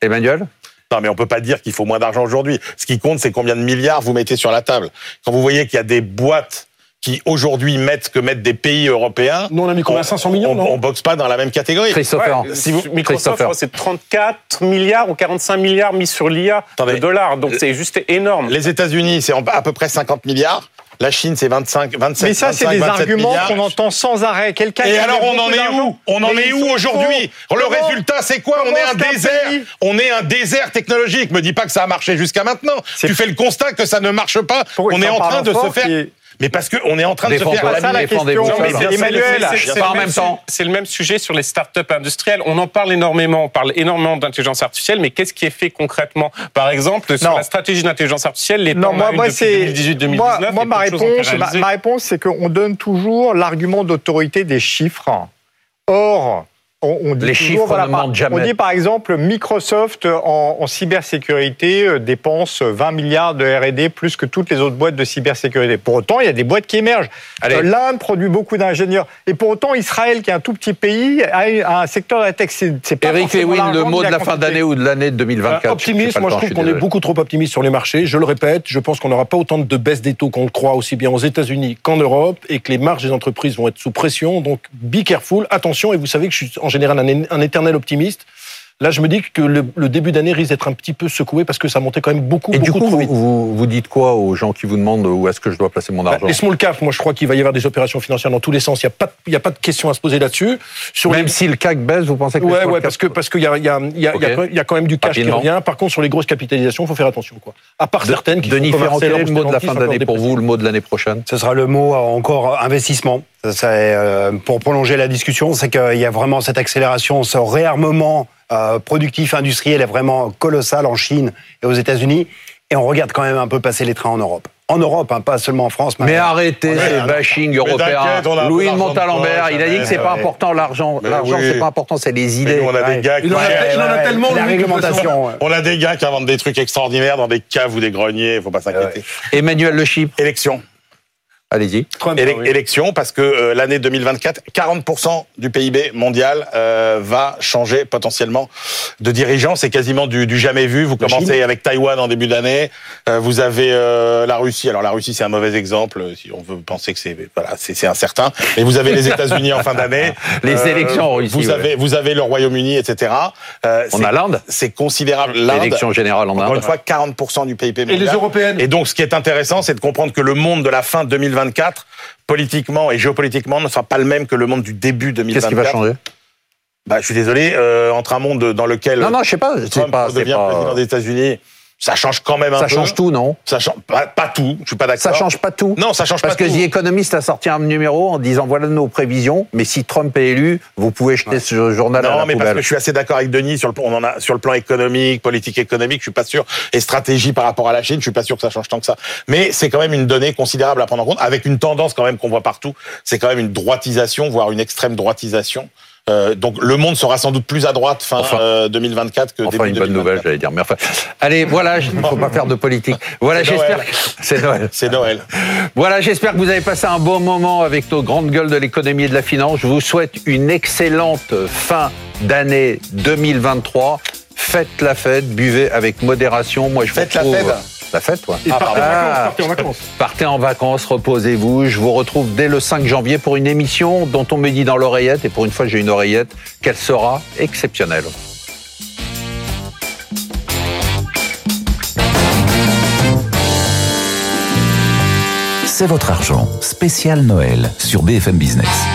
Emmanuel
Non, mais on peut pas dire qu'il faut moins d'argent aujourd'hui. Ce qui compte, c'est combien de milliards vous mettez sur la table. Quand vous voyez qu'il y a des boîtes qui aujourd'hui mettent ce que mettent des pays européens,
Nous on a mis combien 500 millions
on,
non
on boxe pas dans la même catégorie.
Christopher.
Ouais, si vous- Microsoft, je
Christopher.
crois, c'est 34 milliards ou 45 milliards mis sur l'IA de
Attendez.
dollars. Donc c'est juste énorme.
Les États-Unis, c'est en- à peu près 50 milliards. La Chine, c'est 25, 27,
Mais ça, c'est
25,
des
27
arguments
milliards.
qu'on entend sans arrêt. Quelqu'un qui
Et
a
alors, on en
beaucoup
est
d'argent,
où On en
mais
est
ils
où
sont
aujourd'hui
faux.
Le
Comment
résultat, c'est quoi On
comment
est un
est-ce qu'un
désert
pays-
On est un désert technologique. Me dis pas que ça a marché jusqu'à maintenant.
C'est-
Tu fais le constat que ça ne marche pas.
Pourquoi
On
ils
est
en
en
parlent
train de se
fort
faire...
qui-
Mais parce qu'on est en train de se
Défends
faire...
pour
pas ça,
la
la
défendez-vous.
question.
mais
Non,
bien
mais
sûr,
Emmanuel,
c'est- c'est-
pas
c'est
en
le
même
su-
temps.
C'est le même sujet sur les startups industrielles. On en parle énormément, on parle énormément d'intelligence artificielle, mais qu'est-ce qui est fait concrètement Par exemple, sur
Non.
la stratégie d'intelligence artificielle, les
Non, moi, moi c'est.
2018-2019.
moi, moi,
et
ma
peu de choses ont été
réponse, ma,
réalisées.
ma réponse, c'est qu'on donne toujours l'argument d'autorité des chiffres. Or, on, on dit
Les
toujours,
chiffres
voilà,
ne
par-
mentent jamais.
On dit par exemple, Microsoft en, en cybersécurité euh, dépense 20 milliards de R&D plus que toutes les autres boîtes de cybersécurité. Pour autant, il y a des boîtes qui émergent.
Allez.
Euh, L'Inde produit beaucoup d'ingénieurs. Et pour autant, Israël, qui est un tout petit pays, a un secteur de la tech. C'est c'est pas
Eric
forcément
Lewin, le
l'argent
mot
ni
de la fin
quantité.
d'année ou de l'année 2024
optimiste,
pas le
moi je
temps,
trouve
suis
qu'on est
désolé.
beaucoup trop optimiste sur les marchés. Je le répète, je pense qu'on n'aura pas autant de baisse des taux qu'on le croit aussi bien aux États-Unis qu'en Europe et que les marges des entreprises vont être sous pression. Donc be careful, attention. Et vous savez que je suis en général un, é- un éternel optimiste. Là, je me dis que le, le début d'année risque d'être un petit peu secoué parce que ça montait quand même beaucoup,
Et du
beaucoup
coup,
trop
vous,
vite.
vous, vous dites quoi aux gens qui vous demandent où est-ce que je dois placer mon
Bah,
argent
les small caps, moi je crois qu'il va y avoir des opérations financières dans tous les sens. Il n'y a, pas de- il y a pas de question à se poser là-dessus. Sur
Même
les-
si le CAC baisse, vous pensez que les
Ouais,
small
ouais,
cap-
parce que parce qu'il y a, il y, a, il y, a, il y a
Ok.
quand même- il y a quand même du cash
Rapidement.
qui revient. Par contre, sur les grosses capitalisations, il faut faire attention. Quoi. À part certaines qui
Denis
sont comme
Ferrand, quel est
Arcelor,
le mot de la
Stellantis,
fin
encore
d'année
des
pour vous, le mot de l'année prochaine
Ce sera le mot euh, encore euh, investissement. Ça, ça, euh, pour prolonger la discussion, c'est qu'il y a vraiment cette accélération, ce réarmement euh, productif industriel est vraiment colossal en Chine et aux États-Unis. Et on regarde quand même un peu passer les trains en Europe. En Europe, hein, pas seulement en France.
Mais
maintenant.
arrêtez
Ouais,
ces
non.
bashing européens.
t'inquiète, on a un peu
Louis de
d'argent de
Montalembert,
poche,
il a dit que
ouais,
c'est pas
ouais.
important l'argent.
Mais
L'argent,
oui.
c'est pas important, c'est les
Mais
idées.
nous, on a des gars qui
Il en a-
euh,
Ouais,
il en a
ouais,
tellement,
La
lui, que de toute façon-
réglementation. ouais.
On a des gars qui inventent des trucs extraordinaires dans des caves ou des greniers, faut pas s'inquiéter.
Emmanuel Le Chypre,
Élection.
allez-y.
Trump,
Élec-
ah oui.
Élection, parce que euh, l'année 2024, 40% du PIB mondial euh, va changer potentiellement de dirigeant. C'est quasiment du, du jamais vu. Vous commencez avec Taïwan en début d'année. Euh, vous avez euh, la Russie. Alors la Russie, c'est un mauvais exemple. euh, Si on veut penser que c'est voilà, c'est c'est incertain. Mais vous avez les États-Unis en fin d'année.
Les élections en Russie,
Vous
ouais.
avez vous avez le Royaume-Uni, etc. Euh,
On
c'est-
a l'Inde,
C'est considérable. L'Inde.
l'élection générale en
Encore
Inde.
une fois, 40% du PIB mondial.
Et les européennes
Et donc, ce qui est intéressant, c'est de comprendre que le monde de la fin 2024, politiquement et géopolitiquement, ne sera pas le même que le monde du début 2024.
Qu'est-ce qui va changer
bah, Je suis désolé, euh, entre un monde dans lequel
Non, non, je sais pas. C'est
Trump
pas, c'est
devient
pas-
président des États-Unis, ça change quand même un
Ça
peu.
change tout, non
Ça change pas, pas tout, je suis pas d'accord.
Ça change pas tout.
Non, ça change
Parce
pas
que
tout.
The Economist a sorti un numéro en disant voilà nos prévisions, mais si Trump est élu, vous pouvez jeter ce journal à
Non,
la
mais parce
poubelle.
que je suis assez d'accord avec Denis sur le plan, on en a, sur le plan économique, politique économique, je suis pas sûr, et stratégie par rapport à la Chine, je suis pas sûr que ça change tant que ça. Mais c'est quand même une donnée considérable à prendre en compte, avec une tendance quand même qu'on voit partout, c'est quand même une droitisation, voire une extrême droitisation. Euh, donc le monde sera sans doute plus à droite fin
Enfin.
euh, 2024 que
Enfin,
début
une bonne
2024.
nouvelle, j'allais dire. Mais enfin, allez, voilà, il ne faut pas faire de politique. Voilà,
C'est
j'espère.
Noël.
que- C'est Noël.
C'est Noël.
Voilà, j'espère que vous avez passé un bon moment avec nos grandes gueules de l'économie et de la finance. Je vous souhaite une excellente fin d'année 2023. Faites la fête, buvez avec modération. Moi, je vous
Faites la
retrouve-
fête.
La fête, toi.
Et partez en vacances,
Ah.
partez en vacances.
Partez en vacances, reposez-vous. Je vous retrouve dès le 5 janvier pour une émission dont on me dit dans l'oreillette, et pour une fois j'ai une oreillette, qu'elle sera exceptionnelle.
C'est votre argent, spécial Noël sur BFM Business.